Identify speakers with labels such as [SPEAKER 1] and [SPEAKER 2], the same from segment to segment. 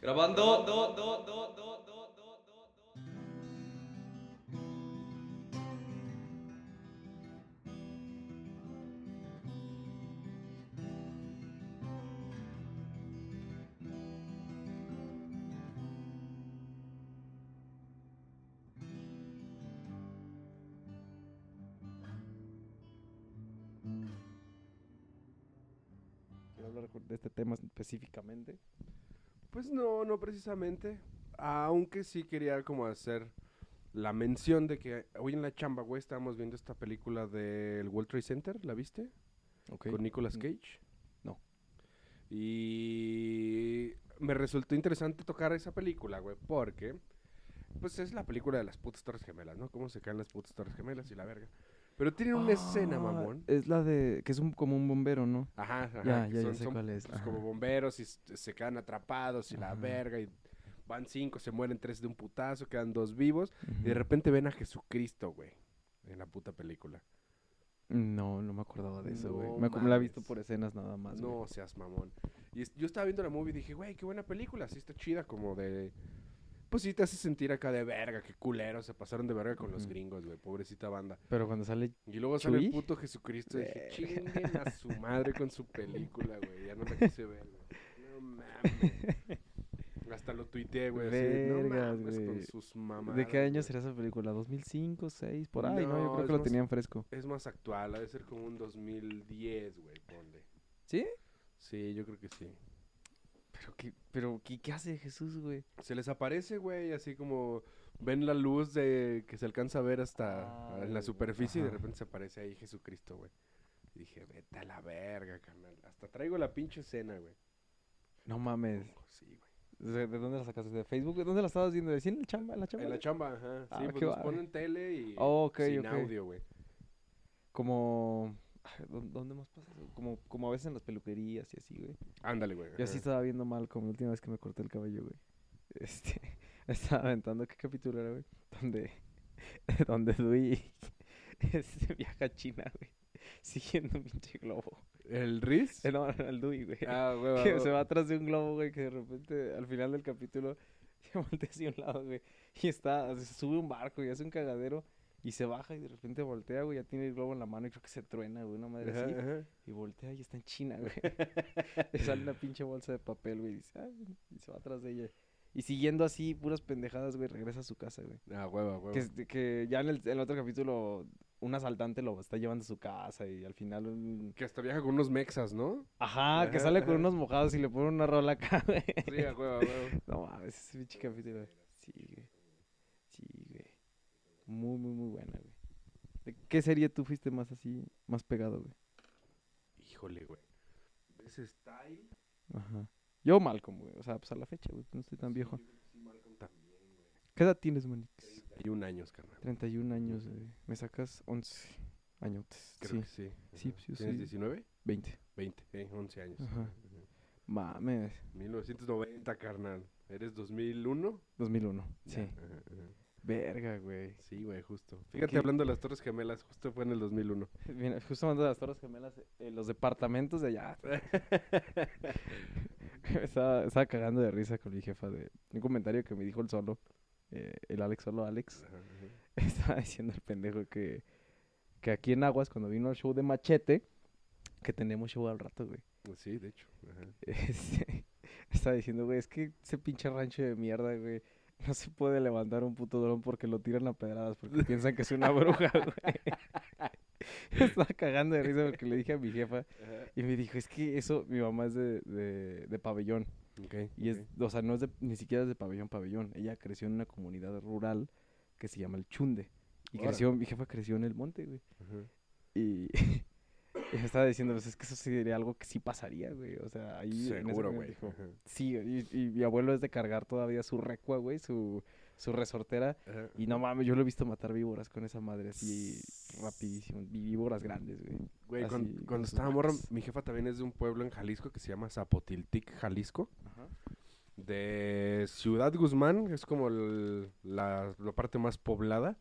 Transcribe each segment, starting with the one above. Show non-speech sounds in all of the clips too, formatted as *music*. [SPEAKER 1] Grabando.
[SPEAKER 2] Quiero hablar de este tema específicamente.
[SPEAKER 3] Pues no, no precisamente. Aunque sí quería como hacer la mención de que hoy en la chamba, güey, estábamos viendo esta película del World Trade Center, ¿la viste?
[SPEAKER 2] Ok.
[SPEAKER 3] Con Nicolas
[SPEAKER 2] Mm.
[SPEAKER 3] Cage.
[SPEAKER 2] No.
[SPEAKER 3] Y me resultó interesante tocar esa película, güey, porque pues es la película de las putas torres gemelas, ¿no? Cómo se caen las putas torres gemelas y la verga. Pero tiene una escena,
[SPEAKER 2] Ah,
[SPEAKER 3] mamón.
[SPEAKER 2] Es la de. que es un, como un bombero, ¿no?
[SPEAKER 3] Ajá, ajá.
[SPEAKER 2] Ya,
[SPEAKER 3] que
[SPEAKER 2] ya, ya sé cuál es,
[SPEAKER 3] pues,
[SPEAKER 2] ajá.
[SPEAKER 3] como bomberos y s- se quedan atrapados y la
[SPEAKER 2] Ajá.
[SPEAKER 3] verga y van cinco, se mueren tres de un putazo, quedan dos vivos y de
[SPEAKER 2] Ujú.
[SPEAKER 3] repente ven a Jesucristo, güey, en la puta película.
[SPEAKER 2] No, no me acordaba de eso, güey.
[SPEAKER 3] No
[SPEAKER 2] me acu- me la he visto
[SPEAKER 3] mames.
[SPEAKER 2] por escenas nada más. güey.
[SPEAKER 3] No seas mamón. Y es- yo estaba viendo la movie y dije, güey, qué buena película, sí está chida como de... Pues sí te hace sentir acá de verga, qué culero, se pasaron de verga con los
[SPEAKER 2] Ujú.
[SPEAKER 3] gringos, güey, pobrecita banda.
[SPEAKER 2] Pero cuando sale.
[SPEAKER 3] Y luego sale el
[SPEAKER 2] ¿Chuy?
[SPEAKER 3] puto Jesucristo y dije,
[SPEAKER 2] Verga.
[SPEAKER 3] chinguen a su madre con su película, güey. Ya no la quise ver, güey. No mames. Hasta lo tuiteé, güey. así de, No
[SPEAKER 2] Vergas,
[SPEAKER 3] mames con
[SPEAKER 2] güey.
[SPEAKER 3] sus mamadas.
[SPEAKER 2] ¿De qué año
[SPEAKER 3] güey".
[SPEAKER 2] será esa película? ¿2005, 6? Por ahí, ¿no?
[SPEAKER 3] No,
[SPEAKER 2] Yo creo
[SPEAKER 3] es
[SPEAKER 2] que lo
[SPEAKER 3] más-
[SPEAKER 2] tenían fresco.
[SPEAKER 3] Es más actual, ha de ser como un 2010, güey, ponle.
[SPEAKER 2] ¿Sí?
[SPEAKER 3] Sí, yo creo que sí.
[SPEAKER 2] Pero qué, pero qué, qué hace Jesús, güey.
[SPEAKER 3] Se les aparece, güey, así como ven la luz de que se alcanza a ver hasta
[SPEAKER 2] Ah,
[SPEAKER 3] en la
[SPEAKER 2] el-
[SPEAKER 3] superficie y de
[SPEAKER 2] ajá.
[SPEAKER 3] repente se aparece ahí Jesucristo, güey. Y Dije, vete a la verga, carnal. Hasta traigo la pinche escena, güey.
[SPEAKER 2] No mames.
[SPEAKER 3] Sí, güey.
[SPEAKER 2] O sea, ¿De dónde la sacaste? ¿De Facebook? ¿De dónde la estabas viendo? ¿Decían en la chamba? ¿En la chamba?
[SPEAKER 3] En la chamba, ajá.
[SPEAKER 2] Ah,
[SPEAKER 3] sí, pues
[SPEAKER 2] qué
[SPEAKER 3] nos
[SPEAKER 2] padre.
[SPEAKER 3] ponen tele y
[SPEAKER 2] Oh, ok,
[SPEAKER 3] sin
[SPEAKER 2] ok.
[SPEAKER 3] audio, güey.
[SPEAKER 2] Como. ay, ¿dó- ¿Dónde más pasa eso? Como, como a veces en las peluquerías y así, güey.
[SPEAKER 3] Ándale, güey.
[SPEAKER 2] Yo sí
[SPEAKER 3] ajá.
[SPEAKER 2] estaba viendo mal, como la última vez que me corté el cabello, güey. *laughs* Este, *laughs* estaba aventando, ¿qué capítulo era, güey? *laughs* Donde, donde Dewey *laughs* este, viaja a China, güey. *laughs* Siguiendo un pinche globo.
[SPEAKER 3] ¿El Riz?
[SPEAKER 2] Eh, No, no, el Dewey, güey.
[SPEAKER 3] *laughs* Ah,
[SPEAKER 2] *laughs*
[SPEAKER 3] güey,
[SPEAKER 2] que
[SPEAKER 3] va,
[SPEAKER 2] se
[SPEAKER 3] va.
[SPEAKER 2] va atrás de un globo, güey, que de repente al final del capítulo *laughs* se voltea hacia un lado, güey. *laughs* Y está, se sube un barco y hace un cagadero y se baja y de repente voltea, güey, ya tiene el globo en la mano y creo que se truena, güey, una madre
[SPEAKER 3] Ajá,
[SPEAKER 2] así.
[SPEAKER 3] ajá.
[SPEAKER 2] Y voltea y está en China, güey. *laughs* Le sale una pinche bolsa de papel, güey. Y, dice, "Ay", y se va atrás de ella. Y siguiendo así, puras pendejadas, güey, regresa a su casa, güey.
[SPEAKER 3] Ah, hueva, hueva.
[SPEAKER 2] Que, es- que ya en el, en el otro capítulo, un asaltante lo está llevando a su casa y al final un...
[SPEAKER 3] Que hasta viaja con unos mexas, ¿no?
[SPEAKER 2] Ajá, que
[SPEAKER 3] Ajá,
[SPEAKER 2] sale con
[SPEAKER 3] ajá.
[SPEAKER 2] unos mojados y le pone una rola acá, *laughs* güey.
[SPEAKER 3] Sí, a
[SPEAKER 2] *laughs*
[SPEAKER 3] hueva, hueva.
[SPEAKER 2] No mames, ese pinche capítulo. Sí, güey. Sí, güey. Muy, muy, muy buena, güey. ¿De qué serie tú fuiste más así, más pegado, güey?
[SPEAKER 3] Híjole, güey. Ese style
[SPEAKER 2] Ajá. Yo Malcolm, güey. O sea, pues a la fecha, güey. No estoy tan viejo. ¿Qué edad tienes, Manix?
[SPEAKER 3] y un años, carnal.
[SPEAKER 2] 31 años, güey. Me sacas 11 añotes.
[SPEAKER 3] Creo
[SPEAKER 2] sí,
[SPEAKER 3] que sí.
[SPEAKER 2] Sí,
[SPEAKER 3] ajá.
[SPEAKER 2] pues, yo
[SPEAKER 3] ¿Tienes
[SPEAKER 2] sí.
[SPEAKER 3] 19?
[SPEAKER 2] 20.
[SPEAKER 3] 20, eh, 11 años.
[SPEAKER 2] Ajá. Mames.
[SPEAKER 3] 1990, carnal. ¿Eres 2001?
[SPEAKER 2] 2001.
[SPEAKER 3] Ya,
[SPEAKER 2] Sí.
[SPEAKER 3] ajá, ajá.
[SPEAKER 2] Verga, güey. *laughs*
[SPEAKER 3] Sí, güey, justo. Fíjate,
[SPEAKER 2] ¿Qué?
[SPEAKER 3] hablando de las Torres Gemelas, justo fue en el 2001.
[SPEAKER 2] Mira, justo hablando de las Torres Gemelas, eh, los departamentos de allá. *laughs* estaba, estaba cagando de risa con mi jefa de un comentario que me dijo el solo, eh, el Alex solo Alex.
[SPEAKER 3] Ajá,
[SPEAKER 2] *laughs*
[SPEAKER 3] ajá.
[SPEAKER 2] Estaba diciendo el pendejo que, que aquí en Aguas, cuando vino el show de Machete, que tenemos show al rato, güey. *laughs*
[SPEAKER 3] Sí, de hecho. ajá.
[SPEAKER 2] Este, estaba diciendo, güey, es que ese pinche rancho de mierda, güey. No se puede levantar un puto dron porque lo tiran a pedradas, porque piensan que es una bruja, güey. *laughs* Estaba cagando de risa porque le dije a mi jefa
[SPEAKER 3] Ajá.
[SPEAKER 2] y me dijo, es que eso, mi mamá es de, de, de pabellón.
[SPEAKER 3] Ok,
[SPEAKER 2] Y es,
[SPEAKER 3] ok.
[SPEAKER 2] o sea, no es de, ni siquiera es de pabellón, pabellón. Ella creció en una comunidad rural que se llama el Chunde. Y
[SPEAKER 3] Órale.
[SPEAKER 2] creció, mi jefa creció en el monte, güey.
[SPEAKER 3] Ajá.
[SPEAKER 2] Y, *laughs* y me estaba diciendo, pues es que eso sería algo que sí pasaría, güey. O sea, ahí... en esa
[SPEAKER 3] Seguro,
[SPEAKER 2] comunidad
[SPEAKER 3] güey.
[SPEAKER 2] dijo,
[SPEAKER 3] Ajá,
[SPEAKER 2] Sí, y, y mi abuelo es de cargar todavía su recua, güey, su, su resortera.
[SPEAKER 3] ajá.
[SPEAKER 2] Y no mames, yo lo he visto matar víboras con esa madre así rapidísimo. vi- Víboras grandes, güey.
[SPEAKER 3] Güey, cuan-
[SPEAKER 2] así,
[SPEAKER 3] cuando,
[SPEAKER 2] con sus
[SPEAKER 3] estaba morro,
[SPEAKER 2] vacas.
[SPEAKER 3] mi jefa también es de un pueblo en Jalisco que se llama Zapotiltic, Jalisco. De Ciudad Guzmán, que es como el- la, la parte más poblada.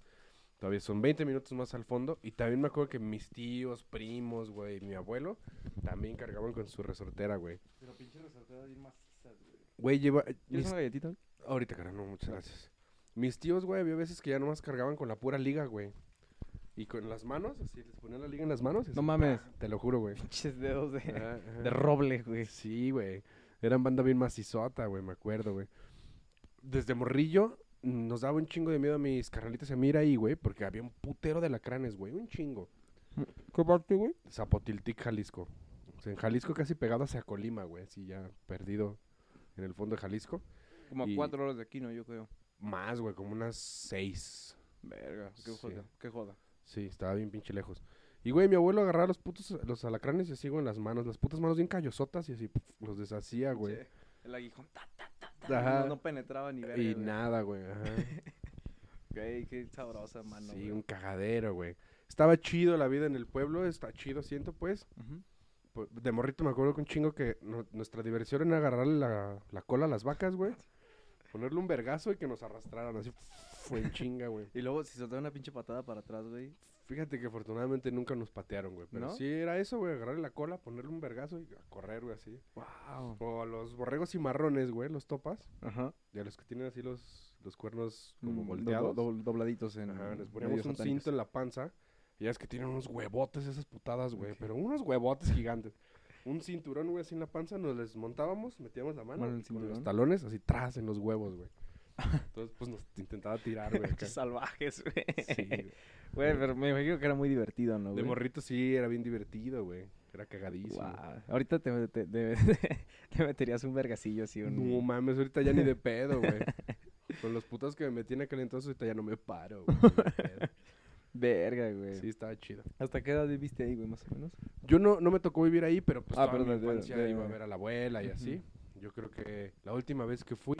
[SPEAKER 3] Todavía son 20 minutos más al fondo. Y también me acuerdo que mis tíos, primos, güey, mi abuelo, también cargaban con su resortera, güey.
[SPEAKER 2] Pero pinche resortera bien macizas, güey.
[SPEAKER 3] Güey, lleva.
[SPEAKER 2] ¿Quieres
[SPEAKER 3] mis-
[SPEAKER 2] una galletita? güey?
[SPEAKER 3] Ahorita, cara, no, muchas gracias. Mis tíos, güey, había veces que ya nomás cargaban con la pura liga, güey. Y con las manos, así, les ponían la liga en las manos. y
[SPEAKER 2] No
[SPEAKER 3] así,
[SPEAKER 2] mames.
[SPEAKER 3] ¡pah! Te lo juro, güey.
[SPEAKER 2] Pinches dedos *laughs* de,
[SPEAKER 3] Ajá,
[SPEAKER 2] de
[SPEAKER 3] ajá.
[SPEAKER 2] roble, güey.
[SPEAKER 3] Sí, güey. Eran banda bien macizota, güey, me acuerdo, güey. Desde morrillo nos daba un chingo de miedo a mis carnalitas y a mí ir ahí, güey, porque había un putero de lacranes, güey, un chingo.
[SPEAKER 2] ¿Qué parte, güey?
[SPEAKER 3] Zapotiltic, Jalisco. O sea, en Jalisco casi pegado hacia Colima, güey, así ya perdido en el fondo de Jalisco.
[SPEAKER 2] Como a
[SPEAKER 3] Y-
[SPEAKER 2] cuatro horas de aquí, ¿no? Yo creo.
[SPEAKER 3] Más, güey, como unas seis.
[SPEAKER 2] Verga, qué
[SPEAKER 3] Sí.
[SPEAKER 2] joda, qué joda.
[SPEAKER 3] Sí, estaba bien pinche lejos. Y, güey, mi abuelo agarraba los putos, los alacranes y así, güey, en las manos, las putas manos bien callosotas y así, puf, los deshacía, Ah, güey.
[SPEAKER 2] Sí, El aguijón, ta, ta, ta, ta,
[SPEAKER 3] Ajá.
[SPEAKER 2] No, no penetraba ni verga.
[SPEAKER 3] Y
[SPEAKER 2] güey.
[SPEAKER 3] nada, güey, ajá.
[SPEAKER 2] Güey, qué sabrosa, *laughs* mano.
[SPEAKER 3] Sí,
[SPEAKER 2] güey.
[SPEAKER 3] un cagadero, güey. Estaba chido la vida en el pueblo, está chido, siento, pues.
[SPEAKER 2] Ujú.
[SPEAKER 3] Pu- De morrito me acuerdo que un chingo que nu- nuestra diversión era agarrarle la, la cola a las vacas, güey. Ponerle un vergazo y que nos arrastraran, así fue en chinga, güey.
[SPEAKER 2] Y luego, si soltaba una pinche patada para atrás, güey.
[SPEAKER 3] Fíjate que afortunadamente nunca nos patearon, güey. Pero
[SPEAKER 2] ¿No?
[SPEAKER 3] sí era eso, güey, agarrarle la cola, ponerle un vergazo y a correr, güey, así.
[SPEAKER 2] ¡Wow!
[SPEAKER 3] O a los borregos cimarrones, güey, los topas.
[SPEAKER 2] Ajá.
[SPEAKER 3] Y a los que tienen así los, los cuernos como
[SPEAKER 2] Mm, do-
[SPEAKER 3] volteados.
[SPEAKER 2] do- dobladitos en.
[SPEAKER 3] Ajá,
[SPEAKER 2] en
[SPEAKER 3] les poníamos
[SPEAKER 2] medios
[SPEAKER 3] un
[SPEAKER 2] satánicos. *laughs*
[SPEAKER 3] cinto en la panza. Y ya es que tienen unos huevotes esas putadas, güey.
[SPEAKER 2] Ok.
[SPEAKER 3] Pero unos huevotes gigantes. Un cinturón, güey, así en la panza. Nos les montábamos, metíamos la mano
[SPEAKER 2] Mano en el
[SPEAKER 3] y con los
[SPEAKER 2] cinturón.
[SPEAKER 3] talones, así tras en los huevos,
[SPEAKER 2] *laughs*
[SPEAKER 3] güey. Entonces, pues nos intentaba tirar, güey. acá.
[SPEAKER 2] Pinches salvajes, güey. *laughs*
[SPEAKER 3] Sí, güey.
[SPEAKER 2] Güey, pero me imagino que era muy divertido, ¿no?
[SPEAKER 3] De
[SPEAKER 2] güey?
[SPEAKER 3] morrito sí, era bien divertido, güey. Era cagadísimo.
[SPEAKER 2] Guau. Ahorita te, te- te- *laughs* te meterías un vergacillo así. Un...
[SPEAKER 3] No mames, ahorita ya ni de
[SPEAKER 2] *laughs*
[SPEAKER 3] pedo, güey. Con los putas que me metí en aquel entonces, ahorita ya no me paro, güey. ni de pedo.
[SPEAKER 2] *laughs* Verga, güey.
[SPEAKER 3] Sí, estaba chido.
[SPEAKER 2] ¿Hasta qué edad viviste ahí, güey, más o menos?
[SPEAKER 3] Yo no, no me tocó vivir ahí, pero pues
[SPEAKER 2] Ah,
[SPEAKER 3] toda
[SPEAKER 2] pero
[SPEAKER 3] mi
[SPEAKER 2] de- de-
[SPEAKER 3] infancia
[SPEAKER 2] de-
[SPEAKER 3] iba a ver a la abuela y
[SPEAKER 2] Ujú.
[SPEAKER 3] así. Yo creo que la última vez que fui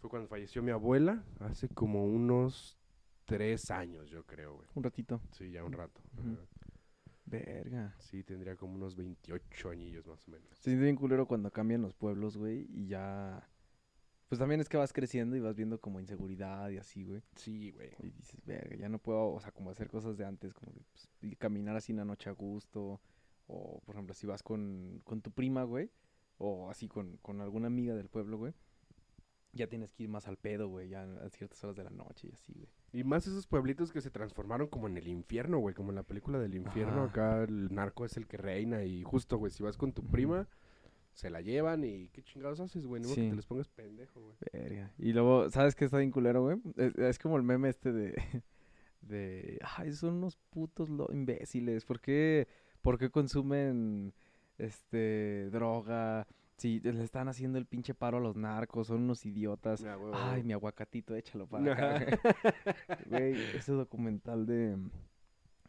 [SPEAKER 3] fue cuando falleció mi abuela, hace como unos tres años, yo creo, güey.
[SPEAKER 2] Un ratito.
[SPEAKER 3] Sí, ya un rato.
[SPEAKER 2] Ujú.
[SPEAKER 3] Ajá.
[SPEAKER 2] Verga.
[SPEAKER 3] Sí, tendría como unos 28 añillos más o menos.
[SPEAKER 2] Se siente bien culero cuando cambian los pueblos, güey, y ya... Pues también es que vas creciendo y vas viendo como inseguridad y así, güey.
[SPEAKER 3] Sí, güey.
[SPEAKER 2] Y dices, verga, ya no puedo, o sea, como hacer cosas de antes, como que, pues, y caminar así una noche a gusto. O, por ejemplo, si vas con, con tu prima, güey, o así con, con alguna amiga del pueblo, güey. Ya tienes que ir más al pedo, güey, ya a ciertas horas de la noche y así, güey.
[SPEAKER 3] Y más esos pueblitos que se transformaron como en el infierno, güey. Como en la película del infierno,
[SPEAKER 2] Ajá.
[SPEAKER 3] acá el narco es el que reina. Y justo, güey, si vas con tu
[SPEAKER 2] Ujú.
[SPEAKER 3] prima, se la llevan y qué chingados haces, güey. Ni modo que
[SPEAKER 2] Sí.
[SPEAKER 3] te les pongas pendejo, güey.
[SPEAKER 2] Verga. Y luego, ¿sabes qué está bien culero, güey? Es, es como el meme este de... *laughs* De... Ay, son unos putos lo- imbéciles. ¿Por qué, ¿Por qué consumen, este, droga? Si le están haciendo el pinche paro a los narcos, son unos idiotas.
[SPEAKER 3] Ah, güey,
[SPEAKER 2] Ay,
[SPEAKER 3] güey.
[SPEAKER 2] mi aguacatito, échalo para acá. Güey, Güey, ese documental de...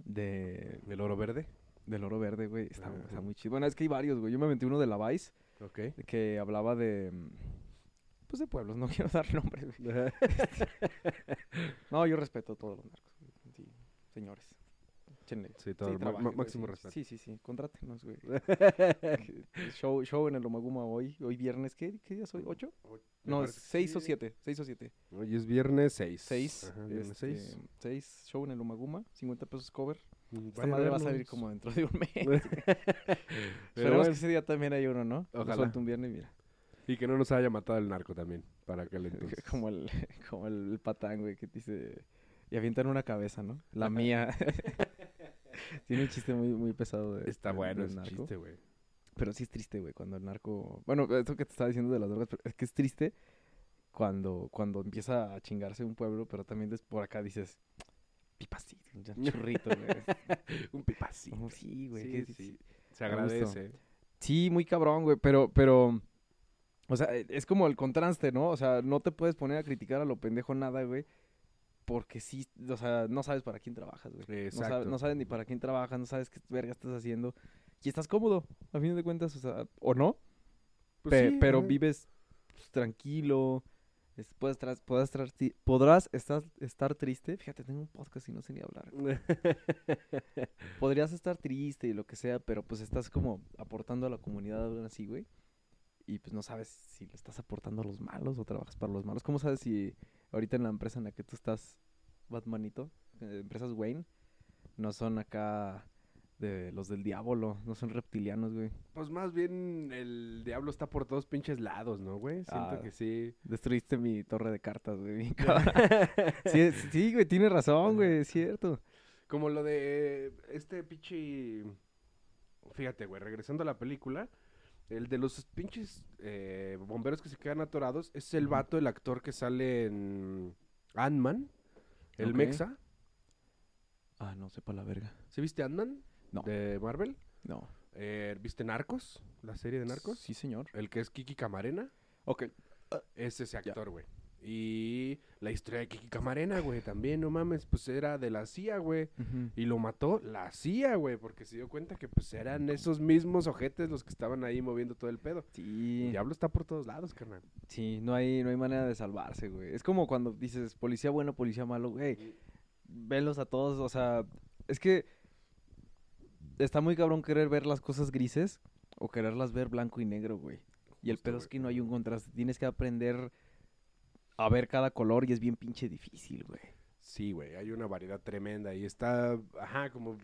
[SPEAKER 2] De...
[SPEAKER 3] ¿El oro verde?
[SPEAKER 2] Del oro verde, güey. Está,
[SPEAKER 3] Ajá.
[SPEAKER 2] está muy chido. Bueno, es que hay varios, güey. Yo me metí uno de la Vice
[SPEAKER 3] Ok.
[SPEAKER 2] que hablaba de... mm, Pues de pueblos, *laughs* no quiero dar nombres, güey. *laughs* No, yo respeto a todos los narcos. güey. Sí, señores. Échenle.
[SPEAKER 3] Sí, todo.
[SPEAKER 2] Sí,
[SPEAKER 3] el ma- ma-
[SPEAKER 2] trabajen, güey,
[SPEAKER 3] máximo
[SPEAKER 2] sí,
[SPEAKER 3] respeto.
[SPEAKER 2] Sí, sí, sí. Contrátenos,
[SPEAKER 3] *laughs*
[SPEAKER 2] güey. Que- show, show en el Omaguma hoy. Hoy viernes, ¿qué, qué día es hoy? ¿Ocho?
[SPEAKER 3] Me
[SPEAKER 2] No,
[SPEAKER 3] parece que
[SPEAKER 2] seis o
[SPEAKER 3] sí.
[SPEAKER 2] siete. Seis o siete.
[SPEAKER 3] Hoy es viernes 6.
[SPEAKER 2] Seis.
[SPEAKER 3] viernes
[SPEAKER 2] este,
[SPEAKER 3] 6.
[SPEAKER 2] seis. Show en el Omaguma. 50 pesos cover. Esta madre va a salir
[SPEAKER 3] *laughs*
[SPEAKER 2] como dentro de un mes. Esperemos que ese día también hay uno, ¿no?
[SPEAKER 3] Ojalá.
[SPEAKER 2] Suelta un viernes y mira.
[SPEAKER 3] Y que no nos haya matado el narco también. Para que le
[SPEAKER 2] *laughs* Como el, como el patán, güey, que dice... Y avientan una cabeza, ¿no? La
[SPEAKER 3] *laughs*
[SPEAKER 2] mía. Tiene un chiste muy, muy pesado de,
[SPEAKER 3] Está
[SPEAKER 2] de-
[SPEAKER 3] bueno
[SPEAKER 2] del
[SPEAKER 3] ese
[SPEAKER 2] narco.
[SPEAKER 3] chiste, güey.
[SPEAKER 2] Pero sí es triste, güey, cuando el narco... Bueno, esto que te estaba diciendo de las drogas, pero es que es triste cuando, cuando empieza a chingarse un pueblo, pero también des- por acá dices... Pipacito, ya un churrito,
[SPEAKER 3] *laughs*
[SPEAKER 2] güey.
[SPEAKER 3] Un pipacito.
[SPEAKER 2] Oh, sí, güey.
[SPEAKER 3] Sí,
[SPEAKER 2] qué-
[SPEAKER 3] sí.
[SPEAKER 2] sí.
[SPEAKER 3] Se
[SPEAKER 2] A gusto.
[SPEAKER 3] agradece.
[SPEAKER 2] Sí, muy cabrón, güey, pero, pero, o sea, e- es como el contraste, ¿no? O sea, no te puedes poner a criticar a lo pendejo nada, güey, porque sí, o sea, no sabes para quién trabajas, güey. No sabe- No,
[SPEAKER 3] Exacto.
[SPEAKER 2] sabes ni para quién trabajas, no sabes qué verga estás haciendo y estás cómodo, a fin de cuentas, o sea, o no,
[SPEAKER 3] Pues
[SPEAKER 2] pe-
[SPEAKER 3] sí,
[SPEAKER 2] pero *laughs*
[SPEAKER 3] ajá.
[SPEAKER 2] vives pues, tranquilo, es- puedes tras- podrás, tras- ti- podrás estar, estar triste, fíjate, tengo un podcast y no sé ni hablar, podrías estar triste y lo que sea, pero pues estás como aportando a la comunidad aún así, güey. Y pues no sabes si lo estás aportando a los malos o trabajas para los malos. ¿Cómo sabes si ahorita en la empresa en la que tú estás, Batmanito, eh, empresas Wayne, no son acá de los del diablo, no son reptilianos, güey.
[SPEAKER 3] Pues más bien el diablo está por todos pinches lados, ¿no, güey? Siento
[SPEAKER 2] Ah.
[SPEAKER 3] que sí.
[SPEAKER 2] Destruiste mi torre de cartas, güey, *laughs* bien cabrón. sí, sí, güey, tienes razón, güey, es cierto.
[SPEAKER 3] Como lo de eh, este pinche... Fíjate, güey, regresando a la película, el de los pinches eh, bomberos que se quedan atorados es el vato, el actor que sale en Ant-Man, el
[SPEAKER 2] Ok.
[SPEAKER 3] Mexa.
[SPEAKER 2] Ah, no, sepa la verga.
[SPEAKER 3] ¿Sí viste Ant-Man?
[SPEAKER 2] No.
[SPEAKER 3] De Marvel.
[SPEAKER 2] No.
[SPEAKER 3] Eh, ¿Viste Narcos? La serie de Narcos.
[SPEAKER 2] Sí, señor.
[SPEAKER 3] El que es Kiki Camarena.
[SPEAKER 2] Ok.
[SPEAKER 3] Es ese
[SPEAKER 2] Ya.
[SPEAKER 3] actor, güey. Y la historia de Kiki Camarena, güey, también, no mames, pues era de la CIA, güey. Y lo mató la CIA, güey, porque se dio cuenta que pues eran esos mismos ojetes los que estaban ahí moviendo todo el pedo. El
[SPEAKER 2] Sí.
[SPEAKER 3] diablo está por todos lados, carnal.
[SPEAKER 2] Sí, no hay, no hay manera de salvarse, güey. Es como cuando dices policía bueno, policía malo, güey. Velos a todos, o sea, es que está muy cabrón querer ver las cosas grises o quererlas ver blanco y negro, güey. Y el
[SPEAKER 3] Justo,
[SPEAKER 2] pedo es
[SPEAKER 3] güey.
[SPEAKER 2] que no hay un contraste. Tienes que aprender a ver cada color y es bien pinche difícil, güey.
[SPEAKER 3] Sí, güey, hay una variedad tremenda y está, ajá, como